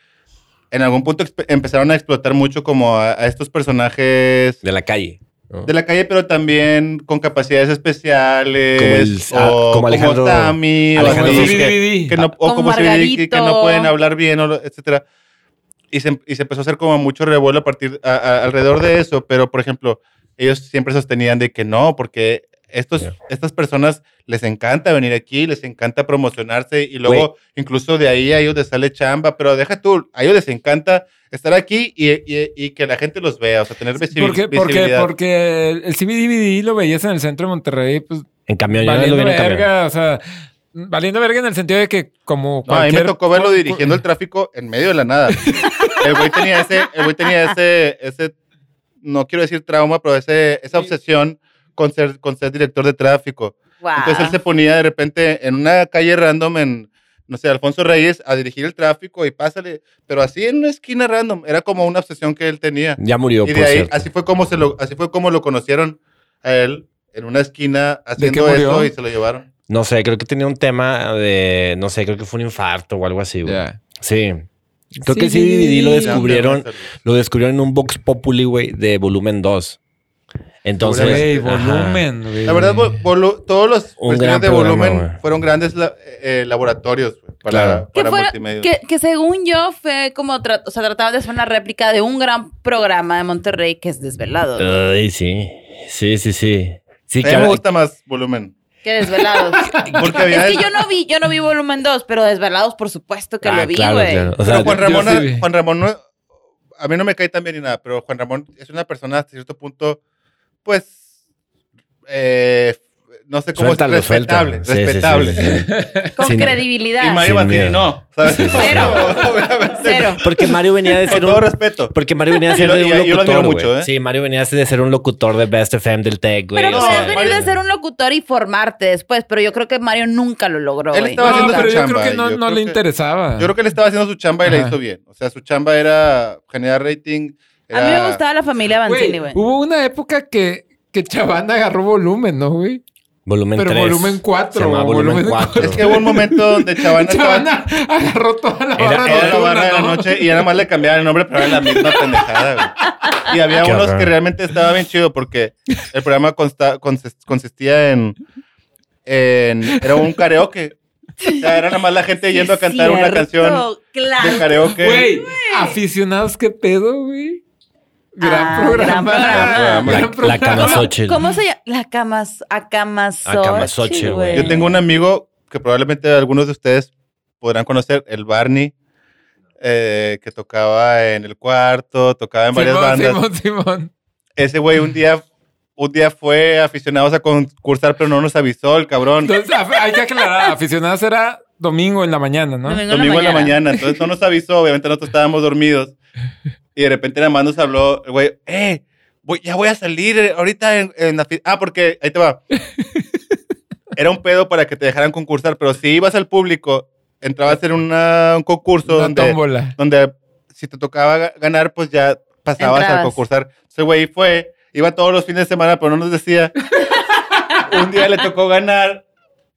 En algún punto exp- empezaron a explotar mucho como a, a estos personajes De la calle. ¿no? de la calle, pero también con capacidades especiales. Como el- ah, o como Alejandro- Tami, o Alejandro así, Didi, que- Didi. que no- o Como como si- que, que no Margarito. pueden hablar bien, o lo- etcétera. Y se, y se empezó a hacer como mucho revuelo a partir a- a- alrededor de eso, pero por ejemplo, ellos siempre sostenían de que no, porque estos, Ya. estas personas les encanta venir aquí, les encanta promocionarse y luego incluso de ahí a ellos les sale chamba, pero deja tú, a ellos les encanta estar aquí y, y- y que la gente los vea, o sea, tener visi- Porque, porque, visibilidad. porque el CBDVD lo veías en el centro de Monterrey, pues En camión, yo no lo valiendo vi en camión. verga, o sea, valiendo verga en el sentido de que como No, a mí me cualquier- tocó verlo dirigiendo el tráfico en medio de la nada. El güey tenía ese, el güey tenía ese, ese no quiero decir trauma, pero ese, esa obsesión con ser, con ser director de tráfico. Wow. Entonces él se ponía de repente en una calle random en, no sé, Alfonso Reyes a dirigir el tráfico y pásale, pero así en una esquina random. Era como una obsesión que él tenía. Ya murió, Y por de ahí, cierto. así fue como se lo, así fue como lo conocieron a él en una esquina haciendo qué murió? eso y se lo llevaron. No sé, creo que tenía un tema de, no sé, creo que fue un infarto o algo así, güey. Ya. Sí. Creo que Sí. sí dividí, lo Ya, descubrieron, pero- lo descubrieron en un Vox Populi, güey, de volumen 2. Entonces, Güey, ajá. volumen, güey. La verdad, vol- volu- todos los Un festivales gran de programa, volumen güey. fueron grandes la- eh, laboratorios güey, para, Claro. Que, para fuera- multimedia. que, que según yo fue como, tra- o sea, trataba de hacer una réplica de un gran programa de Monterrey que es Desvelados. Eh. Ay, sí. Sí, sí, sí. Sí, a mí que- me gusta más volumen. Que Desvelados. [laughs] Porque es había... que yo no vi, yo no vi volumen 2, pero Desvelados por supuesto que Ah, lo vi, güey. claro, claro. O sea, pero Juan yo- yo Ramón, sí vi. Juan Ramón no- a mí no me cae tan bien ni nada, pero Juan Ramón es una persona hasta cierto punto, pues, eh, no sé cómo Suéltalo, es, suéltalo. respetable, Sí, sí, sí, respetable. sí, sí. Con Sin- Y credibilidad. Mario Sin Batini miedo. no, ¿sabes? Sí, sí, sí. Cero. [laughs] Obviamente, Cero. Porque Mario venía de Con ser todo un, respeto. Porque Mario venía a ser Yo- de un yo- yo lo locutor. admiro güey. mucho, ¿eh? Sí, Mario venía a ser de ser un locutor de Best FM del Tech, güey. Pero o no, sea, puedes venir de Mario- ser un locutor y formarte después, pero yo creo que Mario nunca lo logró, Él güey. estaba- No, haciendo pero su yo chamba, creo que no, yo no creo le que- interesaba. Yo creo que él estaba haciendo su chamba y la Ajá. hizo bien. O sea, su chamba era generar rating. A mí era- me gustaba la familia Banzini, güey. hubo una época que, que Chavana agarró volumen, ¿no, güey? volumen Pero 3. volumen 4. Se llamaba volumen 4. Es que hubo un momento donde Chavana estaba [laughs] Chavana agarró toda la Era- barra era era la nocturna, barra de la ¿no? noche y nada más le cambiaban el nombre, pero era la misma pendejada, güey. Y había Qué unos horror. que realmente estaba bien chido porque el programa consta- consist- consistía en, en- Era un karaoke. O sea, era nada más la gente yendo a cantar una Cierto, canción Claro. de karaoke. Güey, aficionados, qué pedo, güey. Gran Ah, programa. [laughs] gran programa. La- [laughs] la programa. Camasochi. ¿Cómo, Xochitl. cómo se llama? La camas, Akamasochi. Akamasochi, güey. Yo tengo un amigo que probablemente algunos de ustedes podrán conocer, el Barney, eh, que tocaba en el cuarto, tocaba en varias Simón, bandas. Simón, Simón. Ese güey un día, un día fue aficionados a concursar, pero no nos avisó el cabrón. Entonces, af- hay que aclarar, aficionados era domingo en la mañana, ¿no? Domingo. domingo en la mañana. Entonces no nos avisó, obviamente nosotros estábamos dormidos. Y de repente nada más nos habló el güey, eh, voy- ya voy a salir eh, ahorita en, en la fi- Ah, porque ahí te va. Era un pedo para que te dejaran concursar, pero si ibas al público, entrabas en una- un concurso Una donde, tómbola. [laughs] donde si te tocaba ga- ganar, pues ya pasabas Entrabas. al concursar. Ese güey fue, iba todos los fines de semana, pero no nos decía. un día le tocó ganar,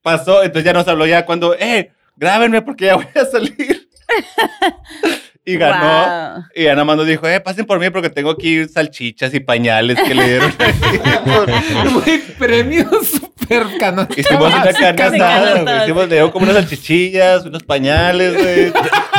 pasó, entonces ya nos habló ya cuando, eh, grábenme porque ya voy a salir. y ganó. Wow. Y ya nada más nos dijo, eh, pasen por mí porque tengo aquí salchichas y pañales que le dieron. [laughs] Güey, premio super canón. [laughs] Hicimos una carne carne asada, asada. güey. Hicimos, le dieron como unas salchichillas, unos pañales, güey.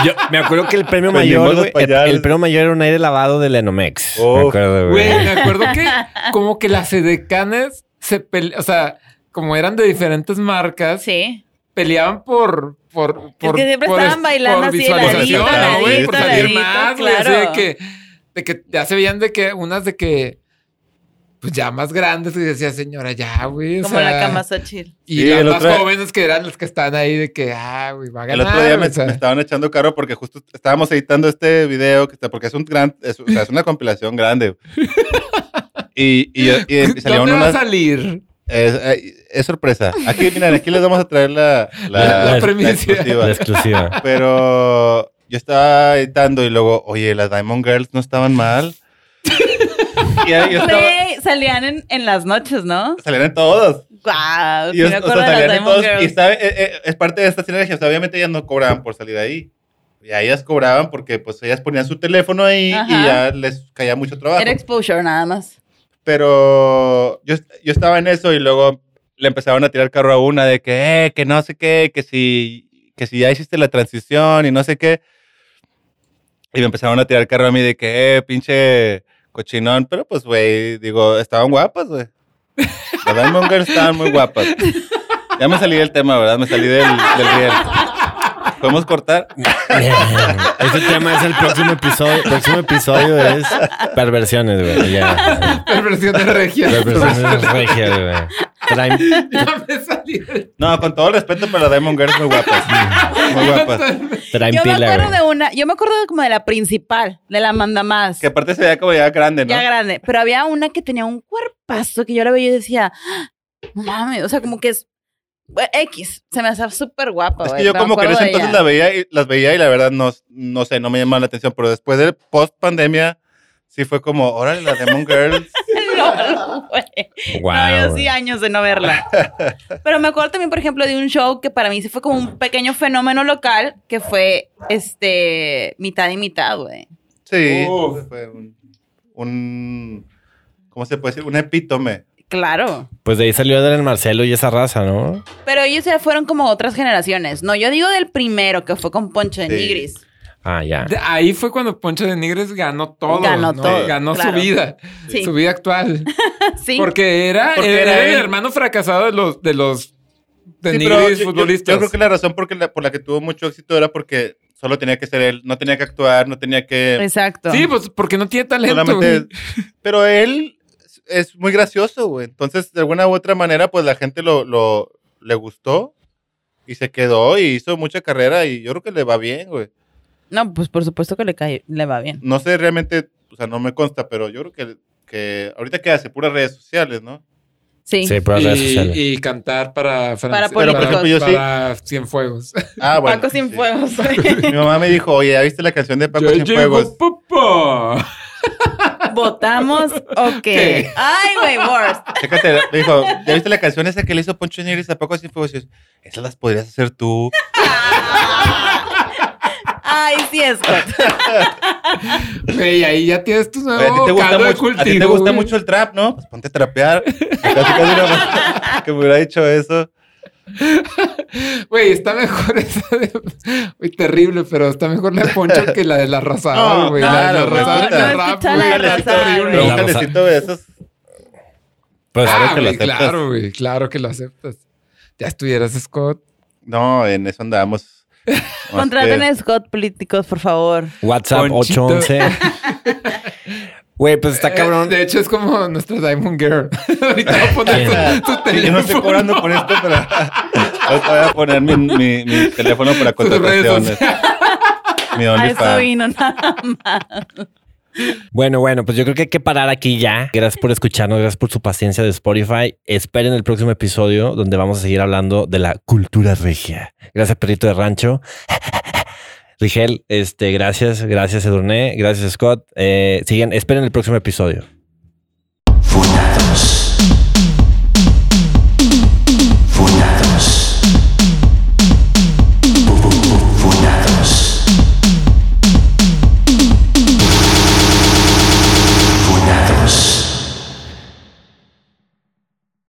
Yo me acuerdo que el premio Vendimos mayor, los güey, el, pañales. el premio mayor era un aire lavado de Lenomex. me Uf. acuerdo, Güey, güey. me acuerdo que como que las edecanes se peleaban, o sea, como eran de diferentes marcas, Sí. peleaban por... por, por que siempre por estaban est- bailando por así, visualización, heladito, ¿no, güey? Por heladito, salir heladito, más, güey, así claro. de que, de que ya se veían de que unas de que... Pues ya más grandes y decía, señora, ya, güey. o Como sea, la Akamasochi. Y Sí, las el más otro- jóvenes que eran las que estaban ahí de que, ah, güey, va a El ganar. otro día me, o sea. me estaban echando carro porque justo estábamos editando este video, que está, porque es un gran, es, o sea, es una [laughs] compilación grande. Y, y, y, y salieron ¿Dónde va a unas, salir? Es, eh, es sorpresa. Aquí, miren, aquí les vamos a traer la, la, La- la premisa. exclusiva. La [laughs] exclusiva. Pero yo estaba editando y luego, oye, las Diamond Girls no estaban [laughs] mal. y yo estaba, Güey, salían en, en las noches, ¿no? salían en todos. Guau. Y yo, sí me o sea, acuerdo de salían las en Diamond todos. Y Girls. estaba- eh, eh, es parte de esta sinergia. O sea, obviamente ellas no cobraban por salir ahí. Ya ellas cobraban porque pues ellas ponían su teléfono ahí y Ajá. ya les caía mucho trabajo. Era exposure nada más. pero yo, yo estaba en eso y luego le empezaron a tirar carro a una de que, eh, que no sé qué, que si, que si ya hiciste la transición y no sé qué. Y me empezaron a tirar carro a mí de que, eh, pinche cochinón. Pero pues, güey, digo, estaban guapas, güey. Las Diamond Girls estaban muy guapas. Ya me salí del tema, ¿verdad? Me salí del, del riel. ¿Podemos cortar? este tema es el próximo episodio. El próximo episodio es perversiones, güey. Ya. Perversión de regia. [laughs] Perversiones regias, güey. Traen- Ya me salí del- No, con todo respeto, pero Diamond Girls muy guapas. Muy guapas. traen Yo me pila, acuerdo güey. de una, yo me acuerdo como de la principal, de la manda más. Que aparte se veía como ya grande, ¿no? Ya grande. Pero había una que tenía un cuerpazo que yo la veía y decía, "Ah, no mames, o sea, como que es bueno, X. Se me hace súper guapa. Es que güey, yo pero me como que en acuerdo ese de entonces ella. la veía y, las veía y la verdad no, no sé, no me llamaba la atención. Pero después del post pandemia, sí fue como, órale, la Demon [laughs] Girls. [laughs] No, güey. Guau, No, yo sí güey. años de no verla. Pero me acuerdo también, por ejemplo, de un show que para mí sí fue como un pequeño fenómeno local que fue este mitad y mitad, güey. Sí. Uf. Fue un, un- ¿Cómo se puede decir? Un epítome. Claro. Pues de ahí salió del Marcelo y esa raza, ¿no? Pero ellos ya fueron como otras generaciones. No, yo digo del primero que fue con Poncho de Sí. Nigris. Ah, ya. De- Ahí fue cuando Poncho de Nigres ganó todo. Ganó ¿no? todo, Ganó claro. su vida. Sí. Su vida actual. [laughs] Sí. Porque era, Porque era era el él. hermano fracasado de los, de los de Sí, pero Nigris yo- yo- futbolistas. Yo, creo que la razón por, que la- por la que tuvo mucho éxito era porque solo tenía que ser él. No tenía que actuar, no tenía que... Exacto. Sí, pues porque no tiene talento. Solamente... güey. Pero él es- es muy gracioso, güey. Entonces, de alguna u otra manera, pues la gente lo, lo- le gustó y se quedó y hizo mucha carrera y yo creo que le va bien, güey. No, pues por supuesto que le, cae, le va bien. No sé realmente, o sea, no me consta, pero yo creo que, que ahorita que hace puras redes sociales, ¿no? Sí. Sí, por las redes sociales. Y, y cantar para Fran- Para Pero, por para, ejemplo, yo sí- para Cienfuegos. Ah, bueno. Paco sin sí. fuegos. Mi mamá me dijo, oye, ¿ya viste la canción de Paco Yo Sin llego, Fuegos? Popo. [laughs] ¿Votamos o qué? ¿Qué? Ay, güey, [laughs] worst. Chécate, me dijo, ¿ya viste la canción esa que le hizo Poncho Nigris a Paco Sin Fuegos? Y yo, esas las podrías hacer tú. Ay, sí, Scott. Güey, ahí ya tienes tu nuevo Oye, a ti te gusta, caldo de mucho, a ti te cultivo, gusta güey. mucho el trap, ¿no? Pues ponte a trapear. [laughs] Casi, casi nada más que me hubiera dicho eso. Güey, está mejor [laughs] esa de... Güey, terrible, pero está mejor la de Poncho que la de la raza, No, güey. claro, la de la no, raza no, de rap, escucha la güey, de está Raza, terrible. Pero un La rosa- jalecito de esos. Pues Ah, Claro que lo güey, aceptas. claro, güey, claro que lo aceptas. Ya estuvieras, Scott. No, en eso Este, andábamos. Más Contraten que- a Scott políticos, por favor. WhatsApp Ponchito. [laughs] 811. Güey, pues está Eh, cabrón. De hecho, es como nuestra Diamond Girl. [laughs] Ahorita voy a poner ¿Quién? tu, tu Yo teléfono. no estoy cobrando por esto, pero ahorita voy a poner mi, mi- mi teléfono para Tus redes [laughs] contrataciones. Mi A eso OnlyFans. vino nada más. Bueno, bueno, pues yo creo que hay que parar aquí ya. Gracias por escucharnos, gracias por su paciencia de Spotify. Esperen el próximo episodio donde vamos a seguir hablando de la cultura regia. Gracias, perrito de rancho. [laughs] Rigel, este, gracias, gracias Edurne, gracias Scott. Eh, sigan, esperen el próximo episodio.